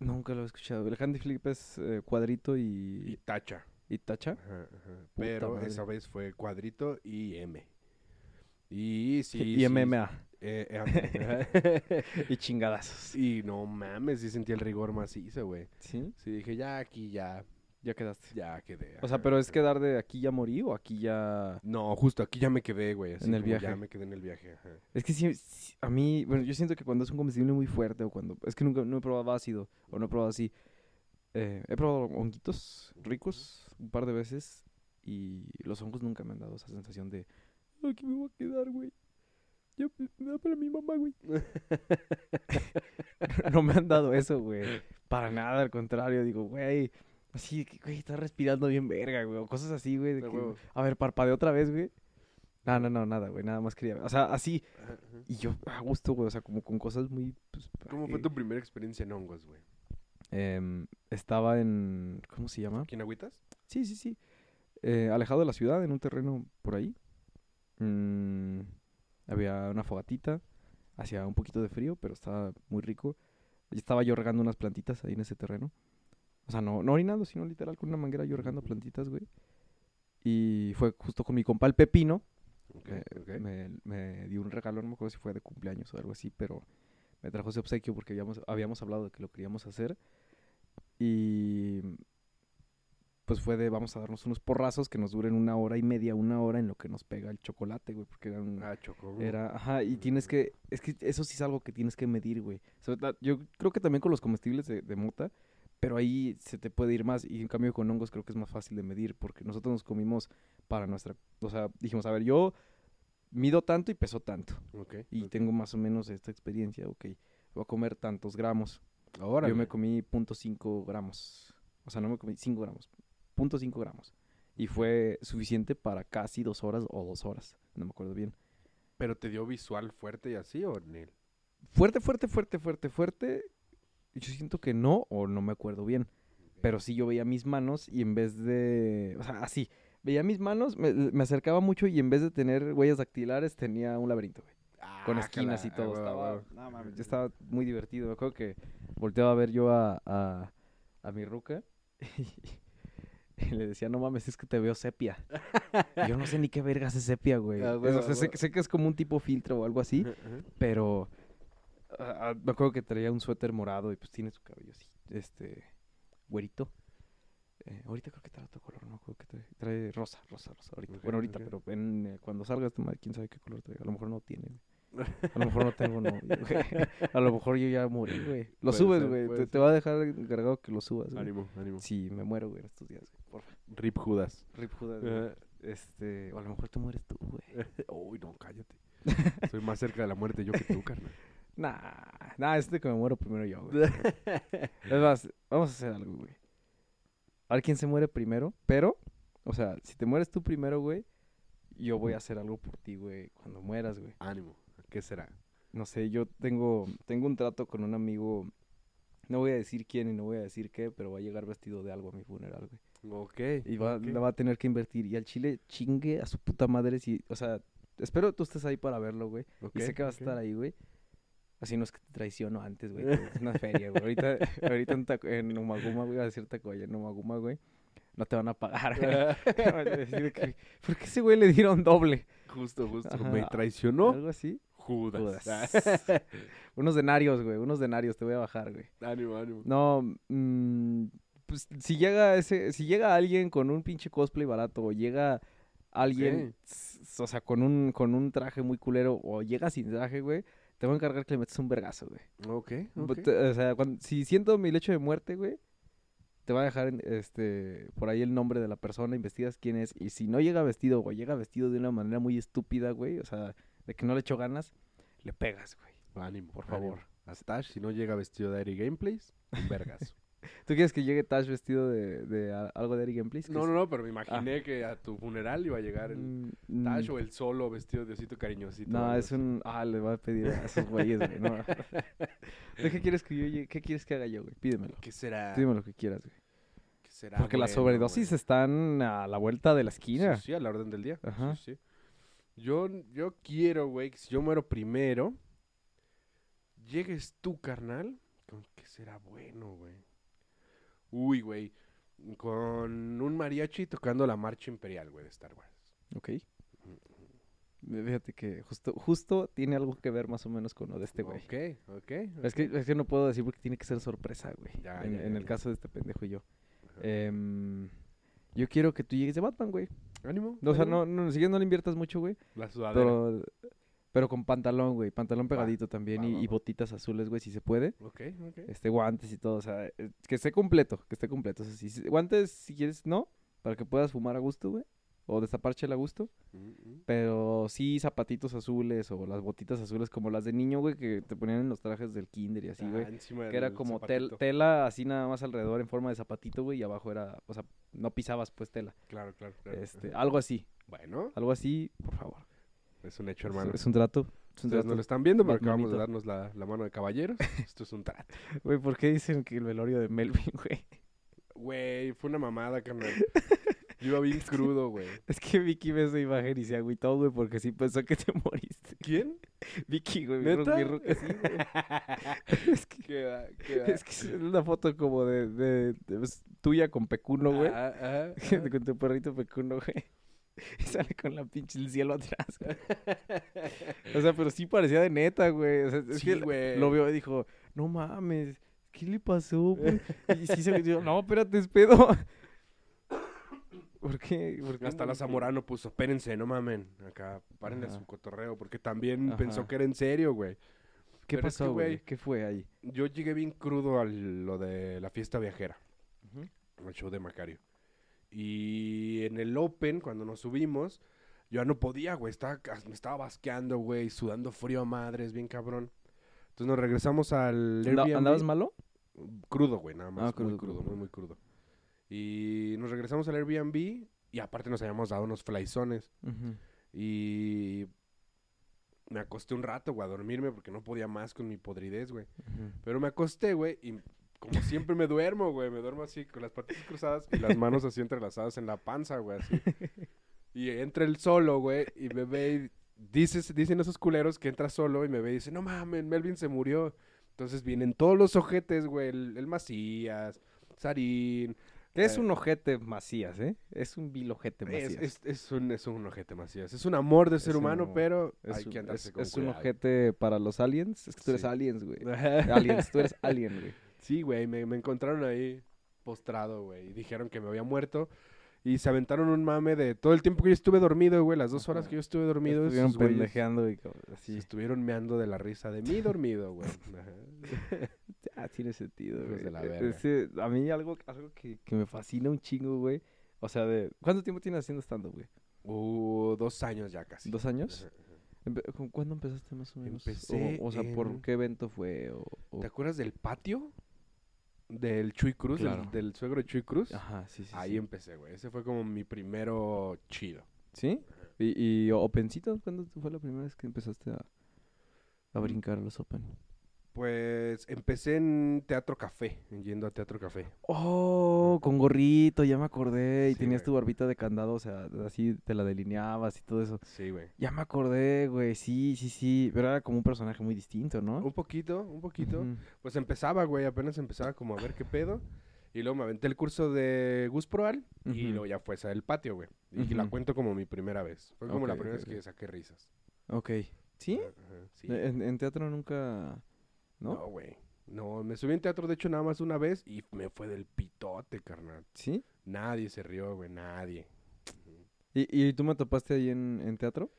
[SPEAKER 2] Nunca lo he escuchado. El handy flip es eh, cuadrito
[SPEAKER 3] y
[SPEAKER 2] y,
[SPEAKER 3] Tacha.
[SPEAKER 2] y tacha.
[SPEAKER 3] Ajá, ajá. Pero
[SPEAKER 2] madre.
[SPEAKER 3] esa vez fue cuadrito y M. Y
[SPEAKER 2] *laughs*
[SPEAKER 3] sí.
[SPEAKER 2] y
[SPEAKER 3] sí,
[SPEAKER 2] MMA.
[SPEAKER 3] eh,
[SPEAKER 2] *laughs*
[SPEAKER 3] eh, ándale. *laughs*
[SPEAKER 2] Y chingadazos.
[SPEAKER 3] y no mames, sí sentí el rigor macizo, güey.
[SPEAKER 2] ¿Sí?
[SPEAKER 3] Sí, dije, ya aquí, ya,
[SPEAKER 2] Ya quedaste.
[SPEAKER 3] ya quedé.
[SPEAKER 2] O sea,
[SPEAKER 3] ajá,
[SPEAKER 2] pero es
[SPEAKER 3] ajá.
[SPEAKER 2] quedar de aquí ya morí o aquí ya...
[SPEAKER 3] No, justo aquí ya me quedé, güey. así
[SPEAKER 2] En el
[SPEAKER 3] como Ya
[SPEAKER 2] viaje.
[SPEAKER 3] me quedé en el viaje. ajá.
[SPEAKER 2] Es que sí, sí, a mí, bueno, yo siento que cuando es un comestible muy fuerte o cuando... Es que nunca no he probado ácido o no he probado así. Eh, he probado honguitos ricos un par de veces y los hongos nunca me han dado esa sensación de... Aquí me voy a quedar, güey. Ya pues, me da para mi mamá,
[SPEAKER 3] *laughs*
[SPEAKER 2] güey. *laughs* no me han dado eso, güey. Para nada, al contrario. Digo, güey, así, de que, güey, estás respirando bien verga, güey. O cosas así, güey. de
[SPEAKER 3] De
[SPEAKER 2] que,
[SPEAKER 3] huevo.
[SPEAKER 2] a ver, parpadea otra vez, güey. No, no, no, nada, güey. Nada más quería... O sea, así...
[SPEAKER 3] Ajá, ajá.
[SPEAKER 2] Y yo, a gusto, güey, o sea, como con cosas muy... pues,
[SPEAKER 3] ¿Cómo
[SPEAKER 2] eh,
[SPEAKER 3] fue tu primera experiencia en hongos, güey?
[SPEAKER 2] em, estaba en... ¿Cómo se llama?
[SPEAKER 3] ¿Quién agüitas?
[SPEAKER 2] Sí, sí, sí. Eh, alejado de la ciudad, en un terreno por ahí. Mm, había una fogatita. Hacía un poquito de frío, pero estaba muy rico. Y estaba yo regando unas plantitas ahí en ese terreno. O sea, no, no orinando, sino literal con una manguera yo regando plantitas, güey. Y fue justo con mi compa el Pepino.
[SPEAKER 3] Ok,
[SPEAKER 2] Eh,
[SPEAKER 3] ok.
[SPEAKER 2] me, me dio un regalo, no me acuerdo si fue de cumpleaños o algo así, pero me trajo ese obsequio porque habíamos, habíamos hablado de que lo queríamos hacer. Y pues fue de vamos a darnos unos porrazos que nos duren una hora y media, una hora en lo que nos pega el chocolate, güey, porque era un...
[SPEAKER 3] Ah, chocó.
[SPEAKER 2] Era, ajá, y tienes que, es que eso sí es algo que tienes que medir, güey. Sobre ta- yo creo que también con los comestibles de, de mota, pero ahí se te puede ir más. Y en cambio con hongos creo que es más fácil de medir, porque nosotros nos comimos para nuestra, o sea, dijimos, a ver, yo mido tanto y peso tanto.
[SPEAKER 3] Ok,
[SPEAKER 2] Y
[SPEAKER 3] ok.
[SPEAKER 2] tengo más o menos esta experiencia, ok, voy a comer tantos gramos.
[SPEAKER 3] Ahora.
[SPEAKER 2] Yo me comí .5 gramos, o sea, no me comí 5 gramos, .5 gramos. Y fue suficiente para casi dos horas o dos horas, no me acuerdo bien.
[SPEAKER 3] ¿Pero te dio visual fuerte y así o ni?
[SPEAKER 2] Fuerte, fuerte, fuerte, fuerte, fuerte. Yo siento que no, o no me acuerdo bien. Pero sí, yo veía mis manos y en vez de. O sea, así. Veía mis manos, me, me acercaba mucho y en vez de tener huellas dactilares tenía un laberinto, güey. Con
[SPEAKER 3] Ah,
[SPEAKER 2] esquinas y
[SPEAKER 3] cala-
[SPEAKER 2] todo.
[SPEAKER 3] huevo,
[SPEAKER 2] estaba,
[SPEAKER 3] huevo.
[SPEAKER 2] no mames, yo estaba muy divertido. Me acuerdo que volteaba a ver yo a, a, a mi ruca *laughs* y, le decía, no mames, es que te veo sepia. Y yo no sé ni qué vergas es sepia, güey.
[SPEAKER 3] Ah,
[SPEAKER 2] Es-
[SPEAKER 3] huevo,
[SPEAKER 2] o sea, sé,
[SPEAKER 3] huevo.
[SPEAKER 2] sé que es como un tipo filtro o algo así
[SPEAKER 3] Ajá, ajá.
[SPEAKER 2] pero ah, ah, me acuerdo que traía un suéter morado y pues tiene su cabello así, este, güerito. Eh, ahorita creo que trae otro color, no me acuerdo que trae. Trae rosa, rosa, rosa, ahorita.
[SPEAKER 3] Ok,
[SPEAKER 2] bueno, ahorita,
[SPEAKER 3] ok.
[SPEAKER 2] pero en, eh, cuando salga este madre, quién sabe qué color trae. A lo mejor no tiene. güey. A lo mejor no tengo novio, güey. A lo mejor yo ya morí, güey. Lo
[SPEAKER 3] Puede
[SPEAKER 2] subes,
[SPEAKER 3] ser,
[SPEAKER 2] güey.
[SPEAKER 3] puede
[SPEAKER 2] Te, te
[SPEAKER 3] ser.
[SPEAKER 2] va a dejar encargado que lo subas, güey.
[SPEAKER 3] Ánimo, ánimo.
[SPEAKER 2] Sí, me muero, güey, en estos días, güey. Porfa.
[SPEAKER 3] Rip Judas.
[SPEAKER 2] Rip Judas, güey.
[SPEAKER 3] Ajá.
[SPEAKER 2] Este, o a lo mejor tú mueres tú, güey. *laughs*
[SPEAKER 3] Uy, no, cállate. Soy más cerca de la muerte yo que tú, carnal.
[SPEAKER 2] Nah, nah, es de que me muero primero yo, güey. Es más, vamos a hacer algo, güey. A ver quién se muere primero, pero, o sea, si te mueres tú primero, güey, yo voy a hacer algo por ti, güey, cuando mueras, güey.
[SPEAKER 3] Ánimo. ¿Qué será?
[SPEAKER 2] No sé, yo tengo, tengo un trato con un amigo, no voy a decir quién y no voy a decir qué, pero va a llegar vestido de algo a mi funeral, güey.
[SPEAKER 3] Ok.
[SPEAKER 2] Y va,
[SPEAKER 3] ok.
[SPEAKER 2] la va a tener que invertir. Y al chile chingue a su puta madre. Si, o sea, espero tú estés ahí para verlo, güey.
[SPEAKER 3] ok,
[SPEAKER 2] Y sé que vas
[SPEAKER 3] ok.
[SPEAKER 2] a estar ahí, güey. Así no es que te traiciono antes, güey. pero Es una feria, güey.
[SPEAKER 3] *laughs*
[SPEAKER 2] Ahorita, ahorita en, Taco- en Umaguma, güey, iba a decir Tacoya, en Umaguma, güey. No te van a pagar,
[SPEAKER 3] *laughs*
[SPEAKER 2] güey. *laughs* Van a decir que, ¿Por qué ese güey le dieron doble?
[SPEAKER 3] Justo, justo.
[SPEAKER 2] Ajá.
[SPEAKER 3] Me traicionó
[SPEAKER 2] Algo así.
[SPEAKER 3] Judas.
[SPEAKER 2] Judas. *laughs* unos denarios, güey. Unos denarios te voy a bajar, güey.
[SPEAKER 3] *laughs* ánimo, ánimo.
[SPEAKER 2] No, mm, pues si llega ese, si llega alguien con un pinche cosplay barato, o llega alguien, s- s- o sea, con un, con un traje muy culero, o llega sin traje, güey, te voy a encargar que le metas un vergazo, güey.
[SPEAKER 3] Ok, ok.
[SPEAKER 2] But, eh, O sea, cuan- si siento mi lecho de muerte, güey, te va a dejar en- este, por ahí el nombre de la persona, investigas quién es, y si no llega vestido, o llega vestido de una manera muy estúpida, güey, o sea, de que no le echo ganas, le pegas, güey.
[SPEAKER 3] uh, Ánimo, por
[SPEAKER 2] favor.
[SPEAKER 3] favor. Hasta si no llega vestido de Airy Gameplays, *laughs* vergas.
[SPEAKER 2] ¿Tú quieres que llegue Tash vestido de, de a- algo de Eric Gameplays?
[SPEAKER 3] no, no, no, pero me imaginé que a tu funeral iba a llegar el
[SPEAKER 2] Ah. Mm,
[SPEAKER 3] Tash
[SPEAKER 2] mm,
[SPEAKER 3] o el solo vestido de osito cariñosito. o
[SPEAKER 2] No,
[SPEAKER 3] algo
[SPEAKER 2] es
[SPEAKER 3] así.
[SPEAKER 2] un. Ah, le va a pedir a esos güeyes, güey. No. *laughs* ¿De qué quieres que yo llegue? ¿Qué quieres que haga yo, güey? Pídemelo.
[SPEAKER 3] ¿Qué será?
[SPEAKER 2] Tú Dime lo que quieras, güey.
[SPEAKER 3] ¿Qué será?
[SPEAKER 2] Porque las
[SPEAKER 3] Ah. bueno,
[SPEAKER 2] sobredosis
[SPEAKER 3] bueno?
[SPEAKER 2] están a la vuelta de la esquina.
[SPEAKER 3] Sí, sí, a la orden del día. Sí,
[SPEAKER 2] Ajá.
[SPEAKER 3] sí. Yo, yo quiero, güey, que si yo muero primero, llegues tú, carnal, con qué será bueno, güey. Uy, güey, con un mariachi tocando la marcha imperial, güey, de Star Wars.
[SPEAKER 2] Ok. Fíjate que justo, justo tiene algo que ver más o menos con lo de este güey.
[SPEAKER 3] Ok, ok.
[SPEAKER 2] Es que, es que no puedo decir porque tiene que ser sorpresa, güey.
[SPEAKER 3] Ya,
[SPEAKER 2] en
[SPEAKER 3] ya, ya,
[SPEAKER 2] en el
[SPEAKER 3] ya.
[SPEAKER 2] caso de este pendejo y yo.
[SPEAKER 3] Ajá.
[SPEAKER 2] Em, yo quiero que tú llegues de Batman, güey.
[SPEAKER 3] Ánimo.
[SPEAKER 2] No, o sea,
[SPEAKER 3] ánimo.
[SPEAKER 2] no, no, si bien no le inviertas mucho, güey.
[SPEAKER 3] La sudadera.
[SPEAKER 2] Pero, pero con pantalón, güey. Pantalón pegadito también
[SPEAKER 3] va,
[SPEAKER 2] y,
[SPEAKER 3] va,
[SPEAKER 2] y
[SPEAKER 3] va.
[SPEAKER 2] botitas azules, güey, si se puede.
[SPEAKER 3] Ok, ok.
[SPEAKER 2] Este, guantes y todo. O sea, eh, que esté completo, que esté completo. O sea, si, si- guantes, si quieres, no. Para que puedas fumar a gusto, güey. O destapar chela a gusto.
[SPEAKER 3] Mm, mm.
[SPEAKER 2] Pero sí zapatitos azules o las botitas azules como las de niño, güey, que te ponían en los trajes del kinder y así,
[SPEAKER 3] Ah,
[SPEAKER 2] güey.
[SPEAKER 3] encima
[SPEAKER 2] que era
[SPEAKER 3] del
[SPEAKER 2] como tel-
[SPEAKER 3] zapatito.
[SPEAKER 2] tela así nada más alrededor en forma de zapatito, güey. Y abajo era, o sea, no pisabas pues tela.
[SPEAKER 3] Claro, claro, claro.
[SPEAKER 2] Este, algo así.
[SPEAKER 3] Bueno,
[SPEAKER 2] Algo así, por favor.
[SPEAKER 3] es un hecho,
[SPEAKER 2] Es-
[SPEAKER 3] hermano.
[SPEAKER 2] Es un trato. Es un
[SPEAKER 3] Ustedes
[SPEAKER 2] trato.
[SPEAKER 3] no lo están viendo, pero acabamos de
[SPEAKER 2] Batmanito.
[SPEAKER 3] darnos la, la mano
[SPEAKER 2] *laughs*
[SPEAKER 3] de caballeros. Esto es un trato.
[SPEAKER 2] Güey, ¿por qué dicen que el velorio de Melvin, *laughs* güey?
[SPEAKER 3] Güey, fue una mamada, carnal.
[SPEAKER 2] *laughs*
[SPEAKER 3] Yo iba bien crudo, güey.
[SPEAKER 2] Es que Vicky ve esa imagen y se agüitó, güey, porque sí pensó que te *laughs* moriste.
[SPEAKER 3] ¿Quién?
[SPEAKER 2] Vicky, güey, mi ru-
[SPEAKER 3] ¿Neta?
[SPEAKER 2] mi
[SPEAKER 3] *laughs*
[SPEAKER 2] ruca, sí, güey. *laughs* Es que,
[SPEAKER 3] Queda, queda.
[SPEAKER 2] es que es una foto como de, de- de- pues, tuya con Pecuno, güey.
[SPEAKER 3] Ah, ah,
[SPEAKER 2] *laughs* Con tu perrito Pecuno, güey. *laughs* Y sale con la pinche el cielo atrás,
[SPEAKER 3] *laughs*
[SPEAKER 2] güey. O sea, pero sí parecía de neta, güey. O sea, es
[SPEAKER 3] Sí,
[SPEAKER 2] que
[SPEAKER 3] güey.
[SPEAKER 2] lo vio y dijo, no mames, ¿qué le
[SPEAKER 3] *laughs*
[SPEAKER 2] pasó? güey?" Y sí se dijo, no, espérate, es pedo. *laughs* ¿Por qué? ¿Por qué
[SPEAKER 3] Hasta
[SPEAKER 2] no?
[SPEAKER 3] la Zamorano puso, espérense, no mamen. Acá, párenle
[SPEAKER 2] Ajá.
[SPEAKER 3] su cotorreo, porque también
[SPEAKER 2] Ajá.
[SPEAKER 3] pensó que era en serio, güey.
[SPEAKER 2] ¿Qué
[SPEAKER 3] Pero es que,
[SPEAKER 2] pasó, güey?
[SPEAKER 3] güey,
[SPEAKER 2] ¿Qué fue ahí?
[SPEAKER 3] Yo llegué bien crudo a lo de la fiesta viajera. al show de Macario. Y en el Open, cuando nos subimos, yo ya no podía, güey. Estaba, ca- me estaba basqueando, güey, sudando frío a madres, bien cabrón. Entonces nos regresamos al
[SPEAKER 2] Anda-
[SPEAKER 3] Airbnb.
[SPEAKER 2] ¿Andabas malo?
[SPEAKER 3] Crudo, güey, nada más.
[SPEAKER 2] Ah, crudo,
[SPEAKER 3] muy crudo,
[SPEAKER 2] crudo.
[SPEAKER 3] muy, muy crudo. Y nos regresamos al Airbnb y aparte nos habíamos dado unos flaizones. Y me acosté un rato, güey, a dormirme porque no podía más con mi podridez, güey. Pero me acosté, güey, y como siempre me duermo, güey. Me duermo así, con las patitas cruzadas y las manos así entrelazadas en la panza, güey, así. Y entra el solo, güey, y me ve y dices, dicen esos culeros que entra solo y me ve y dice, no mames, Melvin se murió. Entonces vienen todos los ojetes, güey, el, el Macías, Sarín.
[SPEAKER 2] Que es
[SPEAKER 3] Eh,
[SPEAKER 2] un ojete Macías, ¿eh? Es un vil ojete Macías.
[SPEAKER 3] Es, es- es un, es un ojete Macías. Es un amor de ser
[SPEAKER 2] Es un
[SPEAKER 3] humano,
[SPEAKER 2] amor.
[SPEAKER 3] pero
[SPEAKER 2] Es
[SPEAKER 3] hay
[SPEAKER 2] un-
[SPEAKER 3] que andarse
[SPEAKER 2] es-
[SPEAKER 3] con
[SPEAKER 2] es un
[SPEAKER 3] cuidado. *laughs*
[SPEAKER 2] ojete para los aliens. Es que tú eres
[SPEAKER 3] Sí.
[SPEAKER 2] aliens, güey. aliens, tú eres alien, güey.
[SPEAKER 3] Sí, güey, me, me encontraron ahí postrado, güey, y dijeron que me había muerto. Y se aventaron un mame de todo el tiempo que yo estuve dormido, güey, las dos horas
[SPEAKER 2] Ajá.
[SPEAKER 3] que yo estuve dormido.
[SPEAKER 2] Estuvieron
[SPEAKER 3] esos güeyes
[SPEAKER 2] pendejeando y como
[SPEAKER 3] se
[SPEAKER 2] así.
[SPEAKER 3] estuvieron meando de la risa de mí
[SPEAKER 2] *laughs*
[SPEAKER 3] dormido, güey. Ajá.
[SPEAKER 2] Ah, tiene sentido,
[SPEAKER 3] Hijos
[SPEAKER 2] güey.
[SPEAKER 3] de la
[SPEAKER 2] E-
[SPEAKER 3] verga.
[SPEAKER 2] ese- a mí algo, algo que, que me fascina un chingo, güey. O sea, de... ¿Cuánto tiempo tienes haciendo stand-up, güey?
[SPEAKER 3] Uh, dos años ya casi.
[SPEAKER 2] ¿Dos años?
[SPEAKER 3] Ajá, ajá.
[SPEAKER 2] Empe- ¿con ¿Cuándo empezaste más o menos? O-
[SPEAKER 3] Empecé
[SPEAKER 2] o, sea,
[SPEAKER 3] en-
[SPEAKER 2] ¿por qué evento fue? O, o-
[SPEAKER 3] ¿Te acuerdas del patio? Del Chuy Cruz, del-
[SPEAKER 2] Claro.
[SPEAKER 3] del, suegro de Chuy Cruz.
[SPEAKER 2] Ajá, sí, sí.
[SPEAKER 3] Ahí
[SPEAKER 2] sí.
[SPEAKER 3] empecé, güey. Ese fue como mi primero chido.
[SPEAKER 2] ¿Sí? ¿Y, y Opencito? ¿Cuándo fue la primera vez que empezaste a, a brincar los Open?
[SPEAKER 3] Pues empecé en Teatro Café, yendo a Teatro Café.
[SPEAKER 2] Oh, con gorrito, ya me acordé. Y
[SPEAKER 3] Sí,
[SPEAKER 2] tenías
[SPEAKER 3] güey.
[SPEAKER 2] tu barbita de candado, o sea, así te la delineabas y todo eso.
[SPEAKER 3] Sí, güey.
[SPEAKER 2] Ya me acordé, güey, sí, sí, sí. Pero era como un personaje muy distinto, ¿no?
[SPEAKER 3] Un poquito, un poquito.
[SPEAKER 2] Ujú.
[SPEAKER 3] Pues empezaba, güey, apenas empezaba como a ver qué pedo. Y luego me aventé el curso de Gus Proal y
[SPEAKER 2] Ujú.
[SPEAKER 3] luego ya fue esa del patio, güey. Y la
[SPEAKER 2] Ujú.
[SPEAKER 3] cuento como mi primera vez. Fue como la
[SPEAKER 2] Ok,
[SPEAKER 3] primera
[SPEAKER 2] ok,
[SPEAKER 3] vez
[SPEAKER 2] ok.
[SPEAKER 3] que saqué risas.
[SPEAKER 2] Ok. ¿Sí? ¿E-,
[SPEAKER 3] Ajá, ajá, sí.
[SPEAKER 2] En, en teatro nunca... ¿No?
[SPEAKER 3] No, güey. No, me subí en teatro, de hecho, nada más una vez y me fue del pitote, carnal.
[SPEAKER 2] ¿Sí?
[SPEAKER 3] Nadie se rió, güey, nadie.
[SPEAKER 2] ¿Y, y tú me topaste ahí en, en teatro?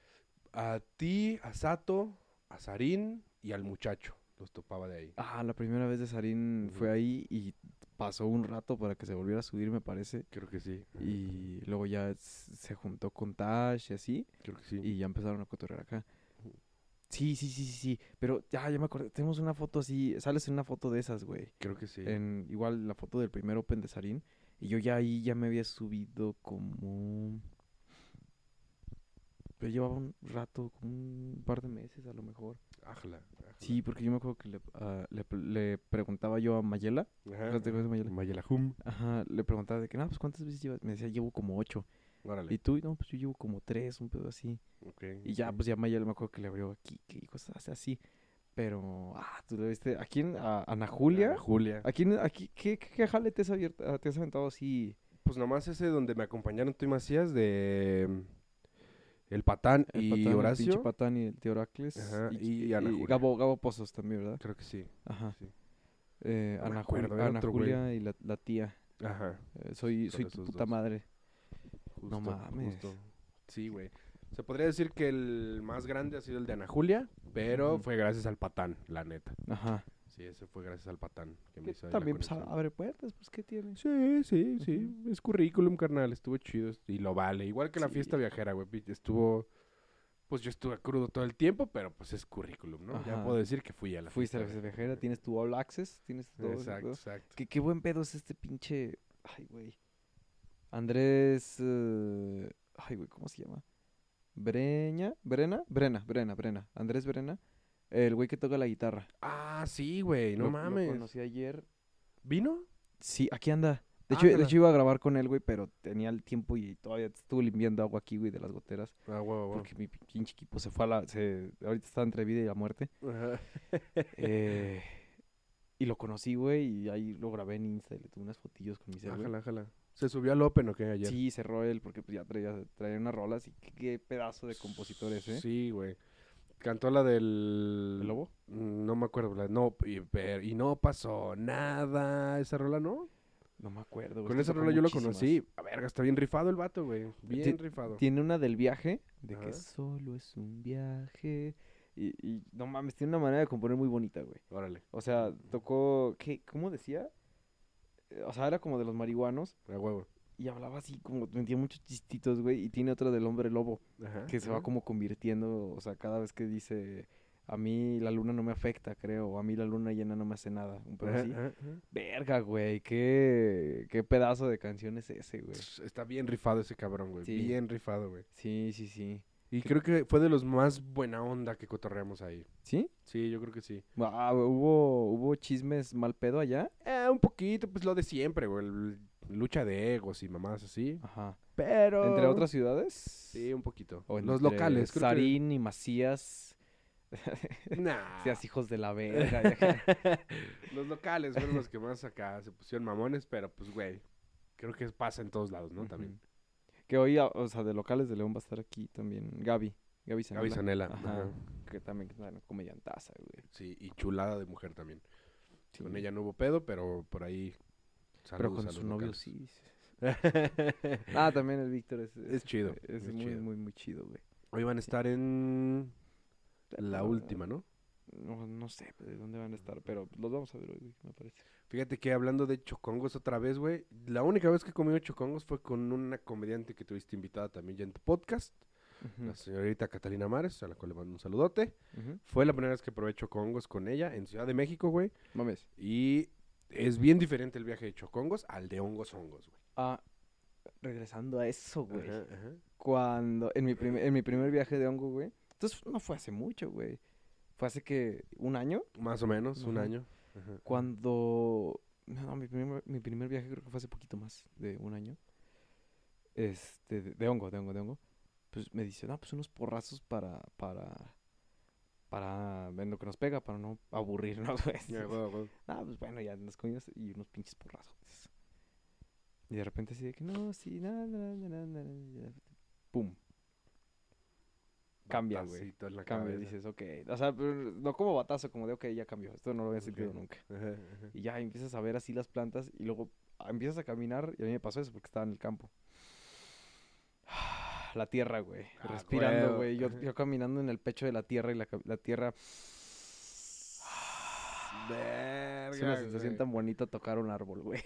[SPEAKER 3] A ti, a Sato, a Sarín y al muchacho. Los topaba de ahí.
[SPEAKER 2] Ah, la primera vez de Sarín fue ahí y pasó un rato para que se volviera a subir, me parece.
[SPEAKER 3] Creo que sí.
[SPEAKER 2] Y luego ya s- se juntó con Tash y así.
[SPEAKER 3] Creo que sí.
[SPEAKER 2] Y ya empezaron a cotorrear acá. Sí, sí, sí, sí, sí. Pero ya, ya me acordé. Tenemos una foto así. Sales en una foto de esas, güey.
[SPEAKER 3] Creo que sí.
[SPEAKER 2] En, igual la foto del primer Open de Sarín. Y yo ya ahí ya me había subido como... Pero llevaba un rato, como un par de meses a lo mejor.
[SPEAKER 3] Ájala, ájala.
[SPEAKER 2] Sí, porque yo me acuerdo que le, ah, le, pre- le preguntaba yo a Mayela.
[SPEAKER 3] Ajá,
[SPEAKER 2] ¿Te acuerdas de Mayela?
[SPEAKER 3] Mayela Hum.
[SPEAKER 2] Ajá, le preguntaba de que, no, pues ¿cuántas veces llevas? Me decía, llevo como ocho.
[SPEAKER 3] Órale.
[SPEAKER 2] Y tú, no, pues yo llevo como tres, un pedo así.
[SPEAKER 3] ok,
[SPEAKER 2] Y ya,
[SPEAKER 3] ok.
[SPEAKER 2] pues ya Mayela me acuerdo que le abrió aquí, que y cosas así. Pero, ah, tú le viste, ¿a quién? ¿A Ana Julia?
[SPEAKER 3] Ah, Julia.
[SPEAKER 2] ¿A quién? Aquí, ¿qué, qué, qué jale te has, abierto- ah, te has aventado así?
[SPEAKER 3] Pues nomás ese donde me acompañaron tú y Macías de mm, El Patán
[SPEAKER 2] El
[SPEAKER 3] y
[SPEAKER 2] Patán, el pinche
[SPEAKER 3] Horacio.
[SPEAKER 2] Patán y el tío Oracles.
[SPEAKER 3] Ajá, y Ana Julia.
[SPEAKER 2] Gabo, Gabo Pozos también, ¿verdad?
[SPEAKER 3] Creo que sí.
[SPEAKER 2] Ajá.
[SPEAKER 3] sí.
[SPEAKER 2] Eh,
[SPEAKER 3] No me
[SPEAKER 2] Ana, Jul-
[SPEAKER 3] acuerdo, era
[SPEAKER 2] Ana
[SPEAKER 3] otro güey.
[SPEAKER 2] Julia y la, la tía.
[SPEAKER 3] Ajá.
[SPEAKER 2] Eh, soy
[SPEAKER 3] Con
[SPEAKER 2] soy tu
[SPEAKER 3] esos
[SPEAKER 2] puta
[SPEAKER 3] dos.
[SPEAKER 2] madre.
[SPEAKER 3] justo,
[SPEAKER 2] mames.
[SPEAKER 3] justo. Sí, güey. Se podría decir que el más grande ha sido el de Ana Julia, pero
[SPEAKER 2] Ujú.
[SPEAKER 3] fue gracias al Patán, la neta.
[SPEAKER 2] Ajá.
[SPEAKER 3] Sí, ese fue gracias al Patán. Que me
[SPEAKER 2] Que
[SPEAKER 3] hizo ahí la
[SPEAKER 2] también pues, a-
[SPEAKER 3] conexión.
[SPEAKER 2] abre puertas, pues ¿qué tiene?
[SPEAKER 3] Sí, sí, sí. Es currículum, carnal. Estuvo chido est- y lo vale. Igual que la
[SPEAKER 2] Sí.
[SPEAKER 3] fiesta viajera, güey. pi- Estuvo. Pues yo estuve crudo todo el tiempo, pero pues es currículum, ¿no? Ya
[SPEAKER 2] Ajá.
[SPEAKER 3] puedo decir que fui a la
[SPEAKER 2] Fuiste a la
[SPEAKER 3] fiesta.
[SPEAKER 2] fiesta viajera, tienes tu All Access, tienes todo. ese
[SPEAKER 3] Exacto,
[SPEAKER 2] pedo.
[SPEAKER 3] exacto.
[SPEAKER 2] Qué, qué buen pedo es este pinche... Ay, güey. Andrés... eh, Ay, güey, ¿cómo se llama? Breña, Brena, Brena, Brena, Brena. Andrés Brena, el güey que toca la guitarra.
[SPEAKER 3] Ah, sí, güey. No
[SPEAKER 2] Lo-
[SPEAKER 3] mames.
[SPEAKER 2] Lo conocí ayer.
[SPEAKER 3] ¿Vino?
[SPEAKER 2] Sí, aquí anda. De
[SPEAKER 3] Ah,
[SPEAKER 2] hecho, de
[SPEAKER 3] ándala.
[SPEAKER 2] hecho iba a grabar con él, güey, pero tenía el tiempo y todavía estuve limpiando agua aquí, güey, de las goteras.
[SPEAKER 3] Ah, wow,
[SPEAKER 2] Porque mi pinche equipo se fue a la. Se, ahorita está entre vida y la muerte.
[SPEAKER 3] Ajá.
[SPEAKER 2] Eh, y lo conocí, güey, y ahí lo grabé en Insta y le tuve unas fotillos con mi cel, güey.
[SPEAKER 3] Ájala, ájala. ¿Se subió al Open o qué ayer?
[SPEAKER 2] Sí, cerró él porque pues, ya traía, traía unas rolas y qué, qué pedazo de ¿eh? compositor ese.
[SPEAKER 3] Sí, güey. Cantó la del.
[SPEAKER 2] ¿El lobo?
[SPEAKER 3] Mm, No me acuerdo. la- No, y, pero- y no pasó nada. ¿Esa rola no?
[SPEAKER 2] No me acuerdo, güey.
[SPEAKER 3] Con
[SPEAKER 2] es Pues que
[SPEAKER 3] esa
[SPEAKER 2] sacó
[SPEAKER 3] rola yo lo
[SPEAKER 2] muchísimas.
[SPEAKER 3] conocí. A verga, está bien rifado el vato, güey. Bien
[SPEAKER 2] Ti-
[SPEAKER 3] rifado.
[SPEAKER 2] Tiene una del viaje, de
[SPEAKER 3] Ajá.
[SPEAKER 2] que solo es un viaje. Y, y no mames, tiene una manera de componer muy bonita, güey.
[SPEAKER 3] Órale.
[SPEAKER 2] O sea, tocó. ¿qué, ¿Cómo decía? Eh, O sea, era como de los marihuanos.
[SPEAKER 3] A huevo.
[SPEAKER 2] Y hablaba así, como metía muchos chistitos, güey. Y tiene otra del hombre lobo,
[SPEAKER 3] Ajá.
[SPEAKER 2] que se va
[SPEAKER 3] ajá.
[SPEAKER 2] como convirtiendo, o sea, cada vez que dice, a mí la luna no me afecta, creo, o a mí la luna llena no me hace nada. Un pedo
[SPEAKER 3] Ajá,
[SPEAKER 2] así.
[SPEAKER 3] ajá, ajá.
[SPEAKER 2] Verga, güey, qué, qué pedazo de canción es ese, güey.
[SPEAKER 3] Pss, Está bien rifado ese cabrón, güey.
[SPEAKER 2] Sí.
[SPEAKER 3] Bien rifado, güey.
[SPEAKER 2] Sí, sí, sí.
[SPEAKER 3] Y creo que fue de los más buena onda que cotorreamos ahí.
[SPEAKER 2] ¿Sí?
[SPEAKER 3] Sí, yo creo que sí.
[SPEAKER 2] Ah, ¿hubo, hubo chismes mal pedo allá.
[SPEAKER 3] Eh, un poquito, pues lo de siempre, güey. el- Lucha de egos y mamás así.
[SPEAKER 2] Ajá.
[SPEAKER 3] Pero.
[SPEAKER 2] ¿Entre otras ciudades?
[SPEAKER 3] Sí, un poquito.
[SPEAKER 2] O
[SPEAKER 3] los
[SPEAKER 2] entre
[SPEAKER 3] locales, creo *laughs* que-
[SPEAKER 2] Sarín y Macías,
[SPEAKER 3] Nah.
[SPEAKER 2] seas hijos
[SPEAKER 3] *laughs*
[SPEAKER 2] de la verga. ya que-
[SPEAKER 3] Los locales fueron
[SPEAKER 2] *laughs*
[SPEAKER 3] los que más acá se pusieron mamones, pero pues, güey. Creo que pasa en todos lados, ¿no? También.
[SPEAKER 2] Ujú. *laughs* Que hoy, a- o sea, de locales de León va a estar aquí también Gaby. Gaby Zanella.
[SPEAKER 3] Gaby Sanela.
[SPEAKER 2] Ajá.
[SPEAKER 3] ajá.
[SPEAKER 2] Que también es una comediantaza, güey.
[SPEAKER 3] Sí, y chulada de mujer también.
[SPEAKER 2] Sí.
[SPEAKER 3] Con ella no hubo pedo, pero por ahí.
[SPEAKER 2] Pero
[SPEAKER 3] saludos
[SPEAKER 2] con
[SPEAKER 3] a
[SPEAKER 2] su
[SPEAKER 3] los
[SPEAKER 2] novio
[SPEAKER 3] locales.
[SPEAKER 2] sí. Ah, también el Víctor es...
[SPEAKER 3] Es chido,
[SPEAKER 2] Es,
[SPEAKER 3] es
[SPEAKER 2] muy,
[SPEAKER 3] chido.
[SPEAKER 2] muy, muy chido, güey.
[SPEAKER 3] *laughs* Hoy van a estar en la
[SPEAKER 2] Ah,
[SPEAKER 3] última, ¿no?
[SPEAKER 2] No, no sé de dónde van a estar, pero los vamos a ver hoy, güey, me parece.
[SPEAKER 3] Fíjate que hablando de chocongos otra vez, güey. La única vez que he comido chocongos fue con una comediante que tuviste invitada también ya en tu podcast.
[SPEAKER 2] Ujú,
[SPEAKER 3] la señorita Catalina Mares, a la cual le mando un saludote.
[SPEAKER 2] ujú.
[SPEAKER 3] Fue la primera vez que probé chocongos con ella en Ciudad de México, güey.
[SPEAKER 2] Mames.
[SPEAKER 3] Y es bien diferente el viaje de chocongos al de hongos hongos, güey.
[SPEAKER 2] Ah, regresando a eso, güey.
[SPEAKER 3] Ajá, ajá.
[SPEAKER 2] Cuando, en mi, primer, en mi primer viaje de hongo, güey. Entonces, no fue hace mucho, güey. Fue hace que, un año.
[SPEAKER 3] Más o menos, un
[SPEAKER 2] Ajá.
[SPEAKER 3] año. Ajá.
[SPEAKER 2] Cuando. No, no, mi primer, mi primer viaje creo que fue hace poquito más de un año. Este, de, de hongo, de hongo, de hongo. Pues me dice, no, pues unos porrazos para. para. para ver lo que nos pega, para no aburrirnos, *laughs* güey.
[SPEAKER 3] Ya, güey, güey.
[SPEAKER 2] Ah, pues bueno, ya nos comimos y unos pinches porrazos. Y de repente así de que no, sí, nada, nada, nada, Pum, Cambia, güey.
[SPEAKER 3] Batacito en la
[SPEAKER 2] cambia,
[SPEAKER 3] cabeza.
[SPEAKER 2] dices, ok. O sea, pero no como batazo, como de, ok, ya cambió. Esto no lo había sentido
[SPEAKER 3] Ok.
[SPEAKER 2] nunca.
[SPEAKER 3] Ajá, ajá.
[SPEAKER 2] Y ya empiezas a ver así las plantas y luego ah, empiezas a caminar y a mí me pasó eso porque estaba en el campo. *sighs* La tierra, güey.
[SPEAKER 3] Ah,
[SPEAKER 2] respirando,
[SPEAKER 3] huevo.
[SPEAKER 2] güey. Yo,
[SPEAKER 3] *laughs* Ajá.
[SPEAKER 2] yo caminando en el pecho de la tierra y la, ca- la tierra...
[SPEAKER 3] Verga,
[SPEAKER 2] Es una sensación
[SPEAKER 3] Ah, güey.
[SPEAKER 2] tan bonita tocar un árbol, güey. *laughs*
[SPEAKER 3] *laughs*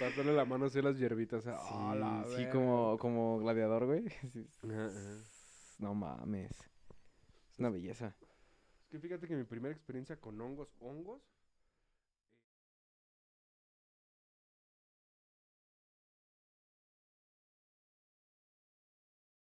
[SPEAKER 3] Pasarle la mano así a las hierbitas. Sí,
[SPEAKER 2] sí, sí, como, como gladiador, güey. *laughs* Sí. No mames. Es una belleza.
[SPEAKER 3] Es que fíjate que mi primera experiencia con hongos, hongos,